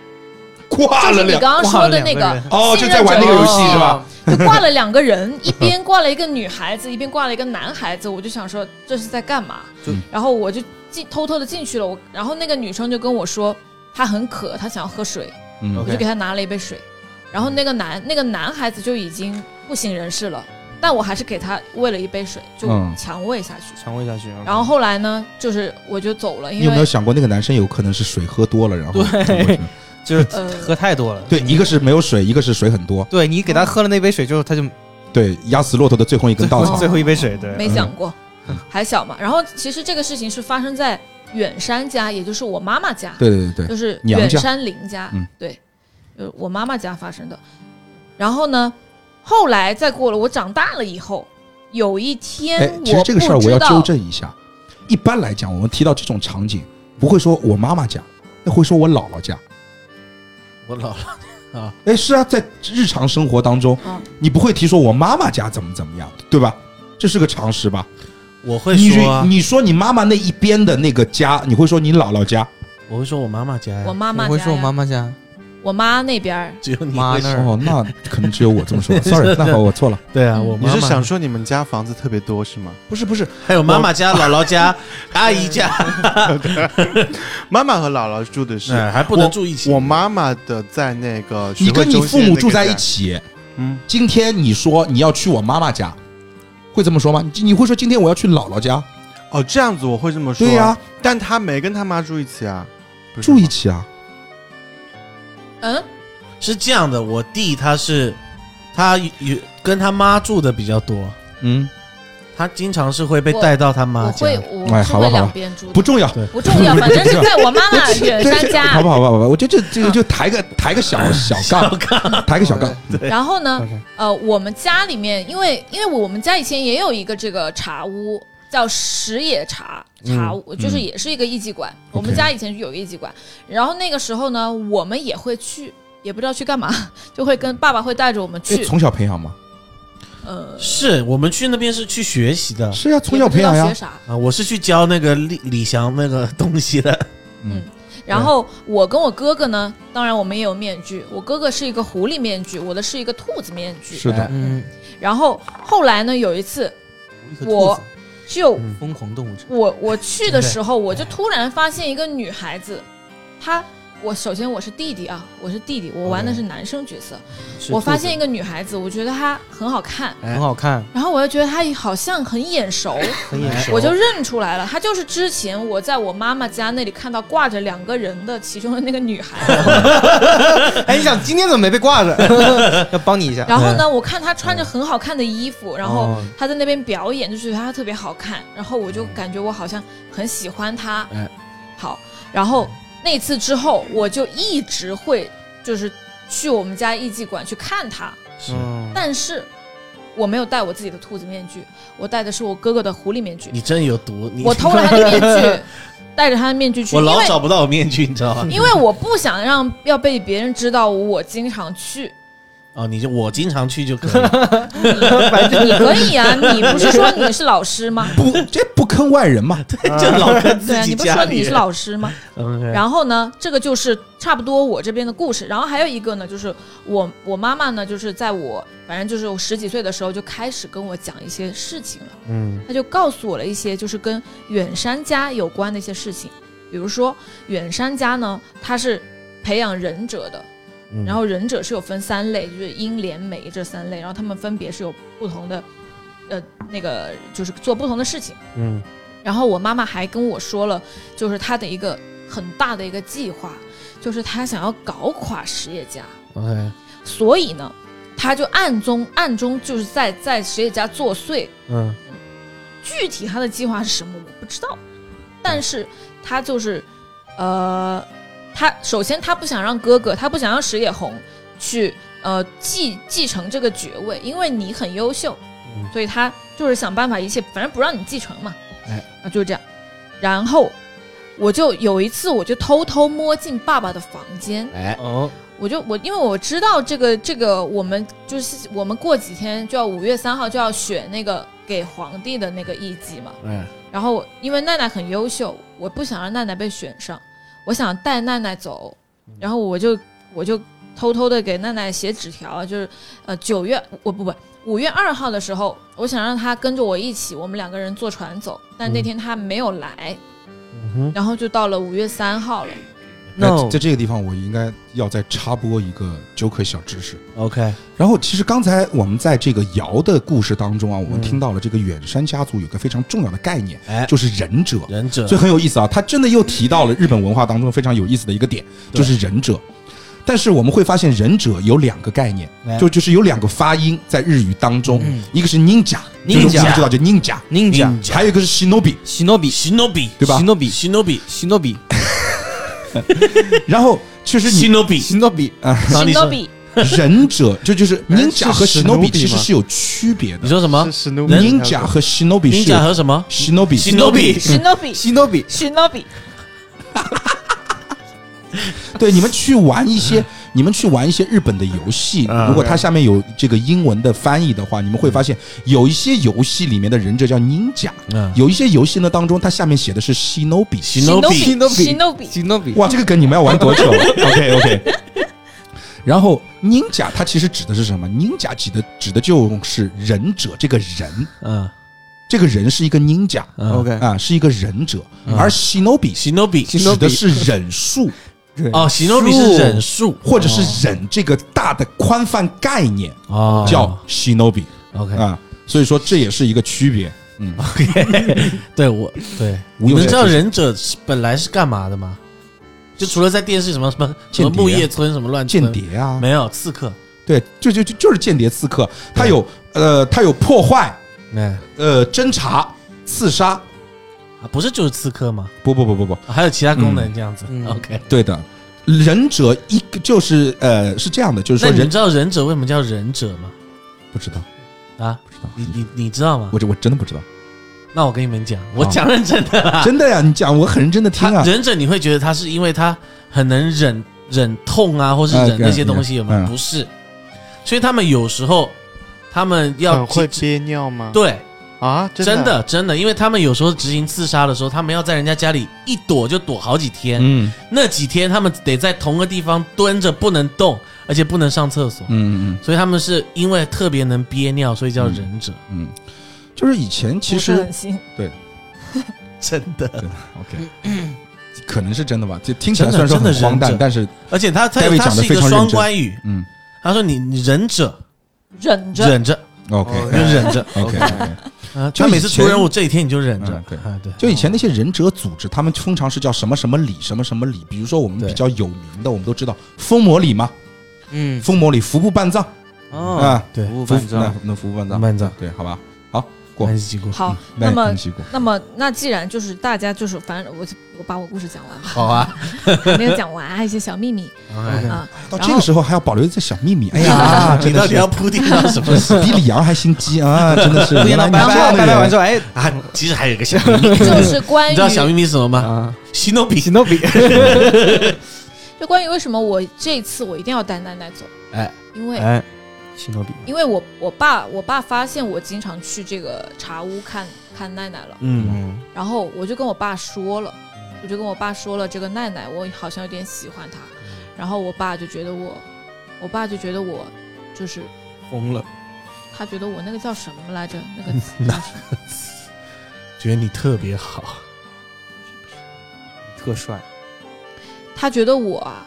挂就是了你两刚刚说的那挂了两哦，就在玩那个游戏是 吧？啊就挂了两个人，一边挂了一个女孩子，一边挂了一个男孩子，我就想说这是在干嘛就？然后我就进偷偷的进去了，我然后那个女生就跟我说她很渴，她想要喝水，嗯我就给他拿了一杯水，然后那个男那个男孩子就已经不省人事了，但我还是给他喂了一杯水，就嗯强喂下去。传位下去，然然后后来呢，就是我就走了，你嗯因有没有为想过那个男生有可能是水喝多了，然后对 就是呃喝太多了。对，一个是没有水，一个是水很多，对你给他喝了那杯水之后，他就对，压死骆驼的最后一根稻草最。后一杯水，对，没嗯讲过，还小嘛。然后其实这个事情是发生在远山家，也就是我妈妈家，对对对对，就是娘家远山林家，嗯对，就是我妈妈家发生的。然后呢，后来再过了我长大了以后，有一天哎我，其实这个事儿不我知要道纠正一下，一般来讲，我们提到这种场景，不会说我妈妈家，那会说我姥姥家。我老了，哎，是啊，在日常生活当中嗯，你不会提说我妈妈家怎么怎么样，对吧？这是个常识吧？我会你说啊，你说你妈妈那一边的那个家，你会说你姥姥家，我会说我妈妈家呀我，妈妈我会家说我呀妈妈家，我妈那边儿只有你妈会那说。儿哦，那可能只有我这么说。Sorry，那好，我错了。对啊，嗯我你妈是想妈说你们家房子特别多是吗？不是不是，还有妈妈家、姥姥 家、阿姨家， 妈妈和姥姥住的是，哎还不能住一起。我妈妈的在那个你徐汇跟你中父心母那住个在一站，起，嗯，今天你说你要去我妈妈家，会这么说吗？你你会说今天我要去姥姥家？哦，这样子我会这么说。对呀，但他没跟他妈住一起啊，不是住一吗起啊。嗯，是这样的，我弟他是他有跟他妈住的比较多，嗯，他经常是会被我带到他妈我家。会，我哎是好吧好吧会两边住的，不重要。不重要，反正是在我妈妈远对山 好家吧，。啊好吧，好吧，我觉得这这个就抬个抬个小小 杠，抬个小杠。然后呢 OK，呃，我们家里面，因为因为我们家以前也有一个这个茶屋，叫石野茶茶嗯屋，就是也是一个艺妓馆。我们 OK 家以前有艺妓馆，然后那个时候呢，我们也会去，也不知道去干嘛， 就会跟爸爸会带着我们哎去。从小培养吗？呃， 是我们去那边是去学习的啊是呀，从小也不培知道养呀学。啥？啊，我是去教那个李李翔那个东西的。然后我跟我哥哥呢，当然我们也有面具，我哥哥是一个狐狸面具，我的是一个兔子面具。是的，嗯，然后后来呢，有一次一颗我兔子就疯狂动物城，我我去的时候，我就突然发现一个女孩子，她我首先我是弟弟啊，我是弟弟，我玩的是男生角色，哦是我兔发子现一个女孩子，我觉得她很好看，哎很好看，然后我又觉得她好像很眼熟，很眼熟，我就认出来了，她就是之前我在我妈妈家那里看到挂着两个人的其中的那个女孩。哎，你想今天怎么没被挂 着？要帮你一下。然嗯后呢，我看她穿着很好看的衣服，然后哦她在那边表演，就觉得她特别好看，然后我就感觉我好像很喜欢她嗯哎。好，然后那次之后，我就一直会就是去我们家艺伎馆去看她，是嗯但是我没有戴我自己的兔子面具，我戴的是我哥哥的狐狸面具，你真有毒，你我偷了他的面 具，戴着他的面具去，我因老为嗯找不到我面具，你知道吧？因为我不想让要被别人知道我经常 去。哦，你就我经常去就可以 了，你可以啊，你不是说你是老师吗？不，这不坑外人嘛？就老跟自对啊，己你不是家说里你是人。老师吗？嗯然后呢，这个就是差不多我这边的故事。然后还有一个呢，就是我我妈妈呢，就是在我反正就是我十几岁的时候就开始跟我讲一些事情了。嗯，她就告诉我了一些就是跟远山家有关的一些事情，比如说远山家呢，它是培养忍者的，然后忍者是有分三类，就是英联美这三类，然后他们分别是有不同的，呃，那个就是做不同的事情。嗯，然后我妈妈还跟我说了，就是她的一个很大的一个计划，就是她想要搞垮实业家，嗯，OK，所以呢，她就暗中暗中就是在在实业家作祟。嗯，具体她的计划是什么我不知道，但是她就是，呃，她首先她不想让哥哥，她不想让石野红去呃继继承这个爵位，因为你很优秀，所以她就是想办法一切，反正不让你继承嘛，哎，啊就是这样。然后我就有一次，我就偷偷摸进爸爸的房间，哎，哦，我就我因为我知道这个这个我们就是我们过几天就要五月三号就要选那个给皇帝的那个艺妓嘛，哎，然后因为奈奈很优秀，我不想让奈奈被选上，我想带奈奈走，然后我就我就偷偷的给奈奈写纸条，就是呃九月我不不五月二号的时候，我想让她跟着我一起，我们两个人坐船走，但那天她没有来，然后就到了五月三号了， No 哎在这个地方，我应该要再插播一个 Joker 小知识。 ，OK，然后，其实刚才我们在这个尧的故事当中啊，我嗯们听到了这个远山家族有个非常重要的概念，哎就是忍者。忍者所以很有意思啊，他真的又提到了日本文化当中非常有意思的一个点，对就是忍者。但是我们会发现，忍者有两个概念，就就是有两个发音在日语当中，一个是 ninja，就是我 ninja 们知道就 ninja，宁家还有一个是 shinobi。喜诺比，喜诺比，对吧喜诺比，喜诺比，喜诺比，然后其实喜你诺比，喜诺比，然后你史努说比。呃忍者，这就是 ninja 和是 shinobi shinobi 其实吗是有区别你的说什么是？史努比，ninja 和 shinobi 忍是者和什么？ shinobi 喜诺比，史嗯努比，西诺比，史努比，对，你们去玩一些，你们去玩一些日本的游戏，嗯如果它下面有这个英文的翻译的话，你们会发现有一些游戏里面的忍者叫 ninja，嗯有一些游戏呢当中它下面写的是 shinobi。喜诺比，史努比，西诺比，哇，这个梗你们要玩 多久？OK OK。然后 ninja 它其实指的是什么？ninja 指的指的就是忍者这个人，嗯这个人是一个 ninja 嗯 OK 啊，是一个忍者，而 shinobi 喜诺比，指的是忍术。哦，喜诺比是忍术或者是忍这个大的宽泛概念，哦，哎叫 shinobi OK，啊，所以说这也是一个区别。嗯，对我对，无你用们知道小知识忍者是本来是干嘛的吗？就除了在电视什么什么什间谍啊么木叶村什么乱村间，谍啊，没有刺客，对，就就就就是间谍刺客，他有呃，他有破坏，哎，呃，侦查、刺杀，啊不是就是刺客吗？啊不不不不不，还有其他功能这样子嗯，OK。对的，忍者一个就是呃是这样的，就是那说你们忍知道忍者为什么叫忍者吗？不知道，啊，不知道，你你你知道吗嗯我？这我真的不知道，那我跟你们讲，我讲认真的啦。真的呀，你讲我很认真的听他啊，忍者你会觉得他是因为他很能忍忍痛啊，或是忍那些东西有没嗯有？不是，所以他们有时候他们要呃很会几憋尿吗？对，啊，真的真的，因为他们有时候执行刺杀的时候，他们要在人家家里一躲就躲好几天，嗯那几天他们得在同个地方蹲着不能动，而且不能上厕所，嗯嗯所以他们是因为特别能憋尿，所以叫忍者。嗯，就是以前其实很新，嗯真的， OK，可能是真的吧，这听起来虽然说真的很真的荒忍诞者，但是而且他他 David 他讲得是一个非常认双真关语，嗯他说你你忍者忍着忍着 OK 就忍着 OK，啊，就他每次哎以前出任务这一天你就忍着嗯，对啊对，就以前那些忍者组织，他们通常是叫什么什么里什么什么里，比如说我们对比较有名的，我们都知道风魔里嘛，嗯风魔里服部半藏哦，啊，对服务服办那账，那服部半藏，慢着，对，好吧，好过还，是几过好，那那么很奇怪那么那既然就是大家就是反正我我把我故事讲完吧，好啊， 还没有讲完啊一些小秘密哎啊，到哦然这个后时候还要保留这小秘密，哎呀，你真到的底是要铺垫到 什么？比李阳还心机啊，真的是，原来你拜这样拜拜的拜完人之，后，哎啊，其实还有一个 小秘密，就是嗯 关你于知道小秘密是什么吗？啊，西诺比喜 诺比，就关于为什么我这次我一定要带奈奈走，哎，因为哎，喜诺比，因为我我爸我爸发现我经常去这个茶屋看看奈奈了，嗯，嗯，然后我就跟我爸说了，我就跟我爸说了这个奈奈，我好像有点喜欢她，嗯然后我爸就觉得我，我爸就觉得我就是疯了，他觉得我那个叫什么来着？那个词叫什么觉得你特别好，特帅，他觉得我啊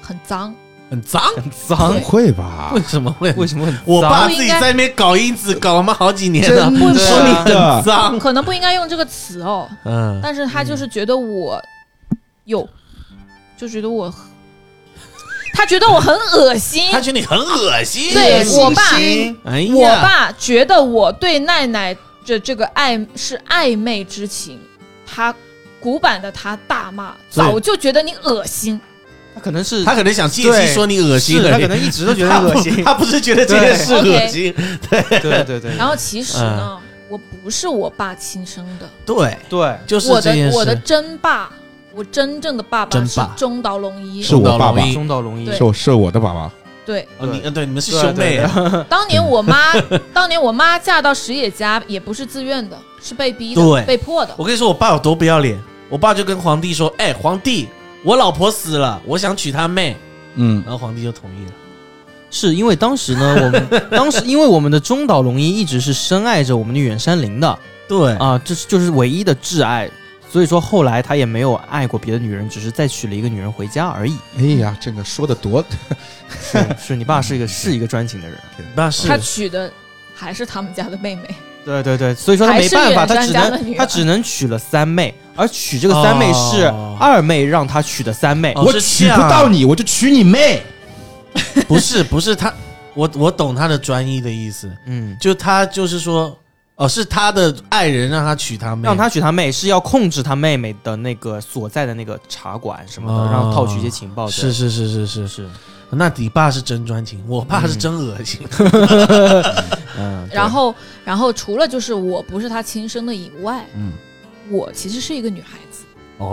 很脏，很脏，很脏不，会吧？为什么会？为什么很脏？我爸不自应己该在那边搞因子，搞了妈好几年真了，的说你很脏，可能不应该用这个词哦，嗯，但是他就是觉得我有，就觉得我很，他觉得我很恶心。他觉得你很恶心，对我爸哎呀，我爸觉得我对奈奈的这个爱是暧昧之情，他古板的他大骂，对早就觉得你恶心。他可能是他可能想借机说你恶心是而已，他可能一直都觉得恶心他不，他不是觉得这件事恶心，对对对，然后其实嗯呢，我不是我爸亲生的，对，对，就是我这件的事。我的真爸，我真正的爸爸真是爸中岛龙一。是我爸爸中中岛龙一对是我是我的爸爸，对，哦你对呃对，你们是对兄妹对啊，当年我妈， 当年我妈嫁到石野家也不是自愿的，是被逼对的，被迫的。我跟你说，我爸有多不要脸，我爸就跟皇帝说：“哎，皇帝，我老婆死了，我想娶她妹。”嗯然后皇帝就同意了。是因为当时呢，我们当时因为我们的中岛龙一一直是深爱着我们的远山绫的对，啊，这是就是唯一的挚爱，所以说后来他也没有爱过别的女人，只是再娶了一个女人回家而 已。哎呀，这个说的多，是是你爸是一个是一个专情的人，那是她娶的还是他们家的妹妹，对对对，所以说他没办法，还是他只远山家的女能儿他只能娶了三妹，而娶这个三妹是哦二妹让他娶的三妹，哦我是娶这不样到你，我就娶你妹。不是不是他，我我懂他的专一的意思，嗯，就他就是说，哦，是他的爱人让他娶他妹，让他娶他妹是要控制他妹妹的那个所在的那个茶馆什么的，哦让套取一些情报。是是是是是是，哦那你爸是真专情，我爸是真恶心。 嗯，对然后，然后除了就是我不是她亲生的以外，嗯，我其实是一个女孩子。哦，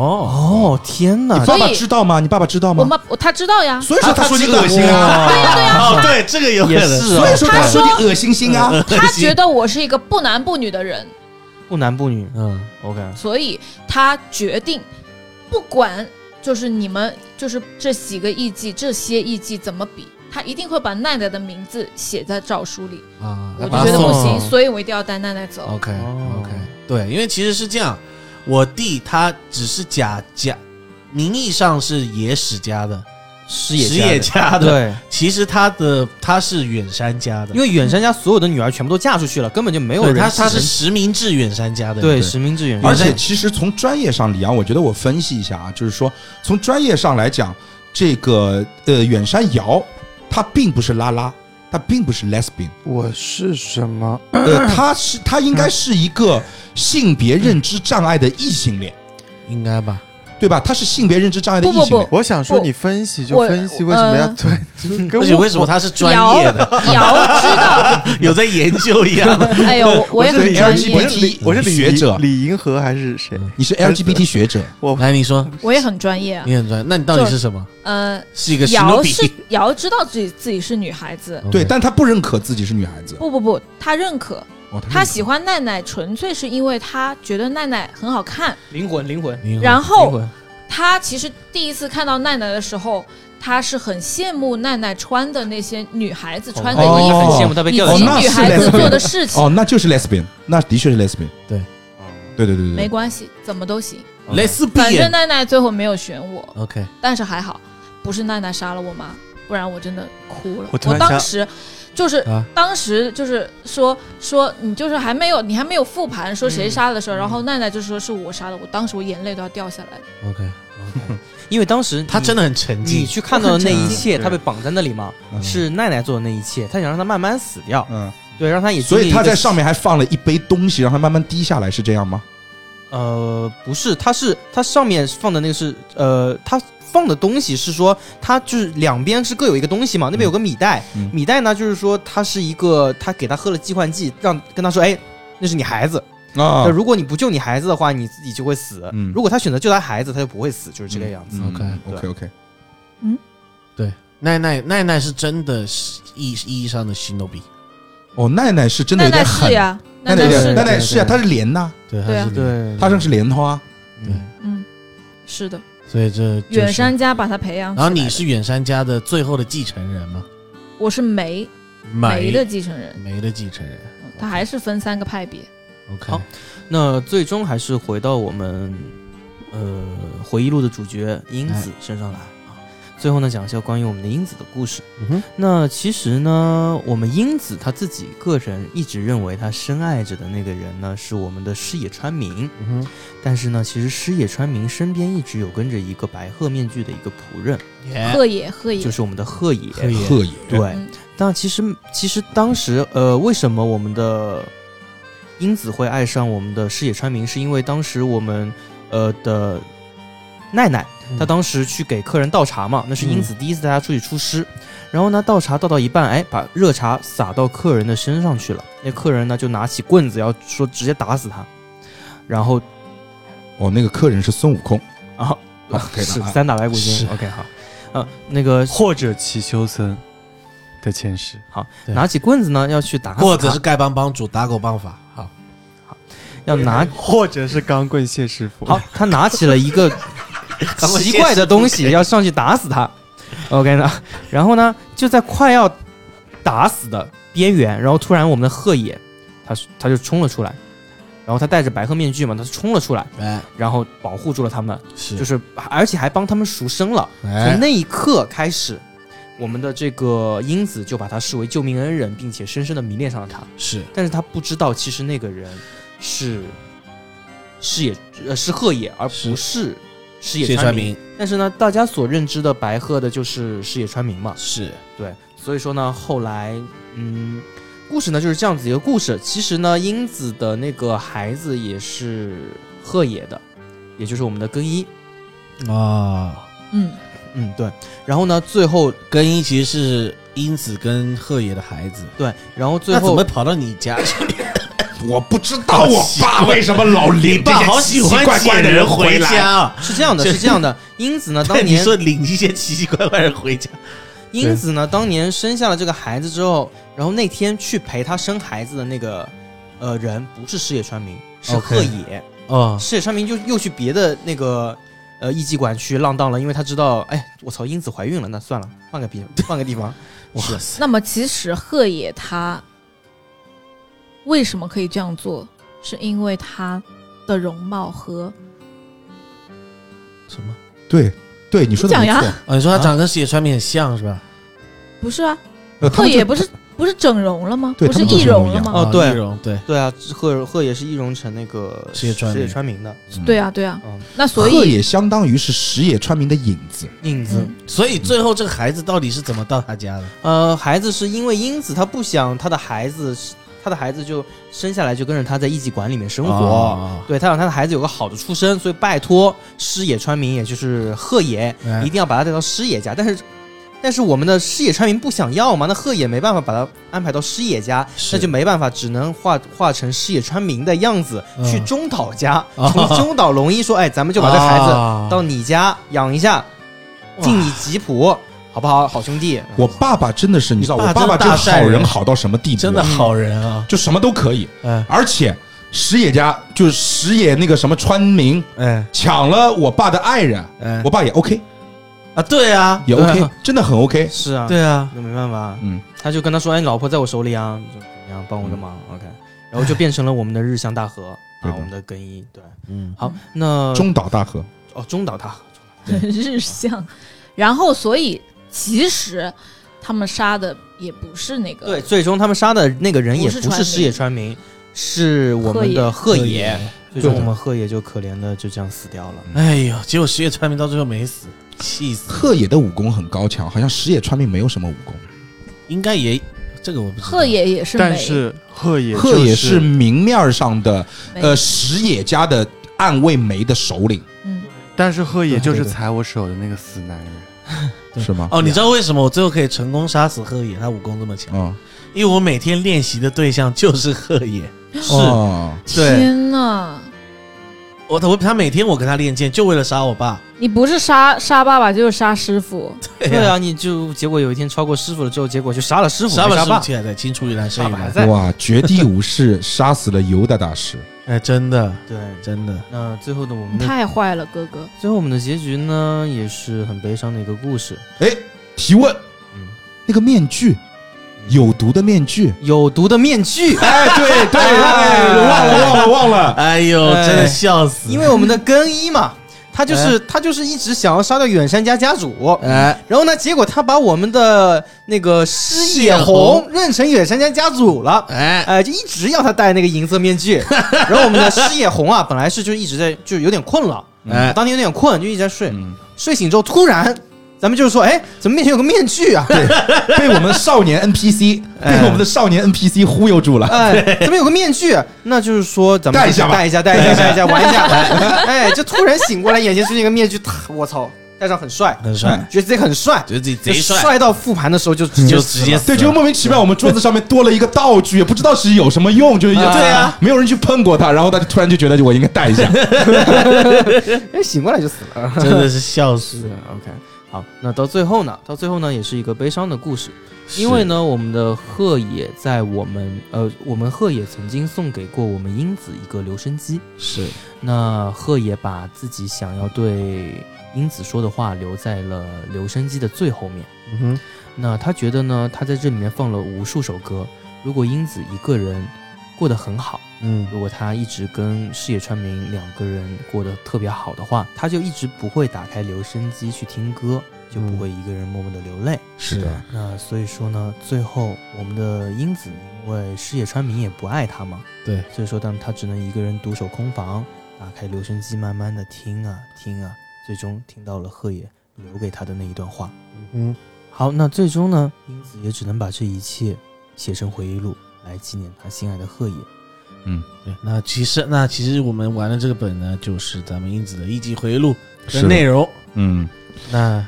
哦天你哪，爸所爸以知道吗？你爸爸知道我吗？妈，我她知道呀，所以说他说你知道恶心啊，哦，对，这个有可也能。是所以哦，说他他说说你恶心心嗯 啊。她觉得我是一个不男不女的人，不男不女嗯， ，OK，所以他决定不管就是你们就是这几个艺妓这些艺妓怎么比，他一定会把奈奈的名字写在诏书里。啊，我就把觉他得送不了行，所以我一定要带奈奈走。 OK 哦 OK，对，因为其实是这样，我弟他只是假假，名义上是野史家的，石石野野家家的的，对，其实他的他是远山家的，因为远山家所有的女儿全部都嫁出去了，根本就没有对人他他是继承实名制远山家的，嗯对实名制远而山且其实从专业上，李阳，我觉得我分析一下啊，就是说从专业上来讲，这个呃远山瑶，她并不是拉拉，她并不是 lesbian，我是什么？呃，她是她应该是一个性别认知障碍的异性恋，应该吧？对吧？她是性别认知障碍的异性不不恋不。我呃想说，你分析就分析，为什么要我对？ 就跟而我且为什么他是专瑶业的，瑶知道， 有在研究一样？ 哎呦，我也我是很李专我业，是李 LGBT 我是李学者嗯李银河还是谁？你是 LGBT 学者，来，你说，我也很专业啊。你很专，那你到底是什么？呃，是一个史努瑶比是瑶知道自己自己是女孩子，哦对，但她不认可自己是女孩子。不不不，她认可，哦，他他是喜欢奈奈，纯粹是因为他觉得奈奈很好看。灵魂灵魂，灵魂然灵后魂他其实第一次看到奈奈的时候，他是很羡慕奈奈穿的那些女孩子穿的我已衣经很服，羡慕他被以钓哦起及来。那女是孩子 lesbian 做的事情。哦，那就是 lesbian，那的确是 lesbian。对哦，对对对没对，关系，怎么都行。蕾丝闭反正眼。奈奈最后没有选我， OK，但是还好，不是奈奈杀了我妈，不然我真的哭我了。我突然当想时就是、啊当时就是说说你就是还没有你还没有复盘说谁杀的时候，然后奈奈就说是我杀的，我当时我眼泪都要掉下来了。 OK，因为当时他你真的很沉你浸，去看到的那一切，嗯他被绑在那里嘛，嗯是奈奈做的那一切，他想让他慢慢死掉，嗯，对，让他也所经历以一他个在上面还放了一杯东西，让它慢慢滴下来，是这样吗？呃，不是，它是它上面放的那个是呃，它放的东西是说它就是两边是各有一个东西嘛，那边有个米袋，嗯米袋呢就是说它是一个他给他喝了致幻剂，让跟他说哎。那是你孩子，啊那如果你不救你孩子的话，你自己就会死。嗯如果他选择救他孩子，他就不会死，就是这个样子。 OK， OK OK，奈奈奈奈是真的是意意义上的西诺比，哦，奈奈是真的奈有点奈狠是，呀，奈奈有点是，奈奈是呀，对对她是莲呐，对，对啊她是对她像是莲花，嗯，是的，所以这就是远山。家把他培养起然后来的。你是远山家的最后的继承人吗？我是梅梅的继承人，梅的继承人。他还是分三个派别。 OK，好那最终还是回到我们呃回忆录的主角英哎子身上来啊。最后呢，讲一下关于我们的英子的故事。嗯哼，那其实呢，我们英子她自己个人一直认为她深爱着的那个人呢，是我们的矢野川明。嗯哼，但是呢，其实矢野川明身边一直有跟着一个白鹤面具的一个仆人，耶贺野，贺野就，是我们的鹤野。可以。鹤野，对嗯，但其实其实当时呃，为什么我们的英子会爱上我们的矢野川明，是因为当时我们呃的奈奈，她当时去给客人倒茶嘛，那是英子第一次带她出去出师，然后呢倒茶倒到一半，哎，把热茶洒到客人的身上去了，那客人呢就拿起棍子要说直接打死他，然后 哦，那个客人是孙悟空，啊好可以了是啊三打白骨是精，OK 好，呃那个或者齐修森的前世。好对拿起棍子呢要去打死或者他是丐帮帮主打狗棒法。好，要拿或者是钢棍谢师傅。好，，他拿起了一个奇怪的东西，要上去打死他。OK 呢，然后呢，就在快要打死的边缘，然后突然我们的贺野，他他就冲了出来，然后他戴着白鹤面具嘛，他冲了出来，哎，然后保护住了他们，是就是而且还帮他们赎身了。从哎，那一刻开始，我们的这个英子就把他视为救命恩人，并且深深的迷恋上了他。是但是他不知道，其实那个人是是野呃是鹤野，而不是是野谢川川明。明但是呢，大家所认知的白鹤的就是是野川明嘛，是对。所以说呢，后来嗯，故事呢就是这样子一个故事。其实呢，英子的那个孩子也是鹤野的，也就是我们的更衣。啊，嗯，嗯，对。然后呢，最后更衣其实是英子跟贺野的孩子。对，然后最那怎么后会跑到你家去？我不知道我爸为什么老领这爸些好奇喜奇欢怪怪捡的人回来，家啊！是这样的，是这样 的。英子 呢，当对，你年说领一些奇奇怪怪的人回家，英子呢，当年生下了这个孩子之后，然后那天去陪她生孩子的那个呃人不是矢野川明，是 OK 鹤野。哦，矢野川明就又去别的那个呃艺妓馆去浪荡了，因为他知道，哎，我操，英子怀孕了，那算了，换个地换个地方。哇是塞，那么其实贺野他为什么可以这样做，是因为他的容貌和什么？对对，你说的你没讲呀错，哦，你说他长得跟野川明很像是吧？不是啊，呃他贺们就野不是不是整容了吗？对不是他们都易是容容了一样吗？哦对易容对，对啊，鹤鹤野是易容成那个矢野川明川明的，对啊，对啊嗯，那所鹤以野相当于是石野川明的影子，影子。嗯所以最后这个孩子到底是怎么到他家的？呃，孩子是因为英子她不想她的孩子，她的孩子就生下来就跟着她在艺妓馆里面生活。哦对他让他的孩子有个好的出身，所以拜托师野川明，也就是贺野，哎一定要把他带到师野家。但是，但是我们的师野川明不想要嘛，那贺野没办法把他安排到师野家，是那就没办法，只能画画成师野川明的样子、嗯去中岛家，啊从中岛龙一说，哎，咱们就把这孩子到你家养一下，哇敬你吉普。好不好？好兄弟，我爸爸真的是，你知道，爸我爸爸这真个大善好人人好到什么地步啊？真的好人啊，就什么都可以，嗯而且石野家就是石野那个什么川明哎抢了我爸的爱人，哎我爸也 OK，啊，对啊，也对啊 OK，真的很 OK。是啊，对啊，那没办法，嗯，他就跟他说：“哎，老婆在我手里啊，你就怎么样帮我个忙、o k 然后就变成了我们的日向大河对啊，的我们的更衣。对，嗯，好，那中岛大河，哦中岛大河，日向，然后所以其实他们杀的也不是那个，对，，最终他们杀的那个人也不是不是川明矢野川明，是我们的鹤野。最终我们鹤野就可怜的就这样死掉了。哎呦，结果石野川明到最后没死，气死，鹤野的武功很高强，好像石野川明没有什么武功，应该也这个我不知道，鹤野也是但没是鹤野鹤野是是明面上的没呃石野家的暗卫梅的首领，嗯，但是鹤野就对是对对踩我手的那个死男人。对是吗？哦，你知道为什么我最后可以成功杀死鹤野，他武功这么强？嗯，因为我每天练习的对象就是鹤野，是哦对天哪！我我他每天我跟他练剑，就为了杀我爸。你不是杀杀爸爸就是杀师傅，呀对啊，你就结果有一天超过师傅了之后，结果就杀了师傅，杀没吧杀杀爸不，起来的，青出于蓝啊胜于爸爸还蓝。在。哇，绝地武士杀死了尤达大师，哎，真的，对，真的，那最后呢，我们你的太坏了，哥哥。最后我们的结局呢，也是很悲伤的一个故事。哎，提问嗯，那个面具有毒的面具，有毒的面具，哎，对对，哎，忘了忘了忘了，哎呦，哎真的笑死。因为我们的更 衣嘛，他就是、他就是一直想要杀掉远山家家主，哎，然后呢，结果他把我们的那个师野红认成远山家家主了。哎，哎，就一直要他戴那个银色 面具，然后我们的师野红啊，本来是就一直在，就有点困了，哎当天有点困，就一直在睡，嗯睡醒之后突然，咱们就是说，哎，怎么面前有个面具啊？被我们少年 NPC 被我们的少年 NPC 忽悠住了。哎，怎么有个面具？那就是说，咱们戴一下吧戴一下，戴一下，戴一下，玩一 下。哎，就突然醒过来，眼前出现一个面具，啪我操，戴上很帅，很帅，觉得自己很帅，觉得自己贼帅就帅到复盘的时候就直接 就直死了接死对，了就莫名其妙，我们桌子上面多了一个道具，也不知道是有什么用，就是啊对啊，没有人去碰过它，然后他就突然就觉得我应该带一下。哎醒过来就死了。 真的是啊笑死。 OK，好，那到最后呢？到最后呢，也是一个悲伤的故事，因为呢，我们的鹤野在我们呃，我们鹤野曾经送给过我们英子一个留声机，是，那鹤野把自己想要对英子说的话留在了留声机的最后面。嗯哼，那他觉得呢，他在这里面放了无数首歌。如果英子一个人过得很好，嗯，如果他一直跟矢野川明两个人过得特别好的话，他就一直不会打开留声机去听歌，就嗯不会一个人默默的流泪。是的，那所以说呢，最后我们的英子因为矢野川明也不爱她嘛，对，所以说当她只能一个人独守空房，打开留声机慢慢的听啊听啊，最终听到了鹤野留给她的那一段话。嗯，好，那最终呢，英子也只能把这一切写成回忆录来纪念她心爱的鹤野。对。那其实，那其实我们玩的这个本呢，就是咱们英子的一级回忆录的的内容。嗯，那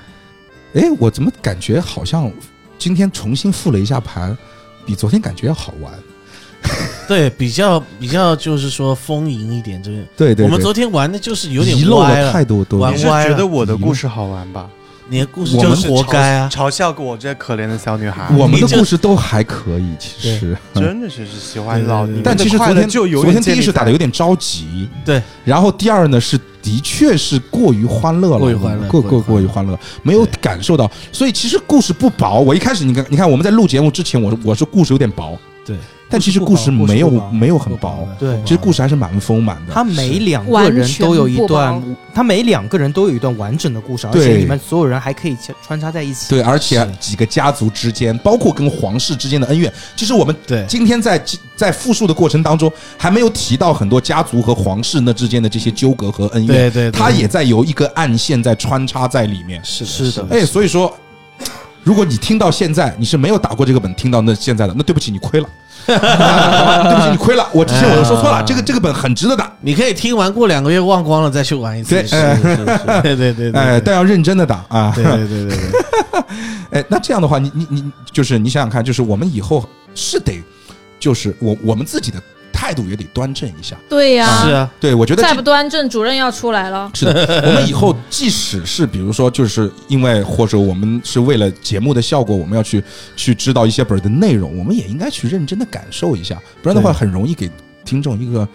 哎，我怎么感觉好像今天重新复了一下盘，比昨天感觉要好玩？对比较比较就是说丰盈一点，这个对对对，我们昨天玩的就是有点遗漏歪了太多东玩西你是歪了觉得我的故事好玩吧？你的故事就是活该啊！嘲笑过我这可怜的小女孩，我们的你这故事都还可以，其实。真的是是喜欢老你对对对们的但其实昨快乐天就有昨点天第建一立是打在的有点着急，对。然后第二呢是的确是过于欢乐了，过于欢乐过过于过欢乐过于欢乐，没有感受到。所以其实故事不薄。我一开始你看，你看我们在录节目之前，我我说故事有点薄，对。但其实故故事事不薄没有故事不薄没有很薄，对其实故事还是蛮丰满的。他每两个人都有一完全段，他每两个人都有一段完整的故事，而且对里面所有人还可以切穿插在一起。对，而且是几个家族之间，包括跟皇室之间的恩怨，其实我们对今天在在复述的过程当中，还没有提到很多家族和皇室那之间的这些纠葛和恩怨。对对，它也在由一个暗线在穿插在里面。是是的是哎，所以说，如果你听到现在你是没有打过这个本，听到那现在的，那对不起，你 亏了，啊对不起，你亏了。我之前我就说错哎了，这个这个本很值得打，你可以听完过两个月忘光了再去玩一次。对是哎是是 对对对，对哎，但要认真的打啊。对对对对对，哎，那这样的话，你你你就是你想想看，就是我们以后是得，就是我我们自己的。态度也得端正一下。对呀、是啊，对我觉得再这不端正，主任要出来了。是的，我们以后即使是比如说，就是因为或者我们是为了节目的效果，我们要去去知道一些本儿的内容，我们也应该去认真的感受一下，不然的话很容易给听众一个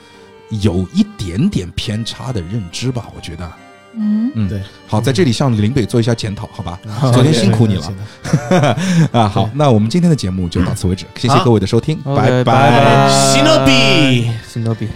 有一点点偏差的认知吧。我觉得，嗯，嗯，对。好，在这里向林北做一下检讨，好吧？昨天辛苦 你了 啊！好，那我们今天的节目就到此为止，谢谢各位的收听， OK，拜拜拜哎，Shinobi。新牛逼。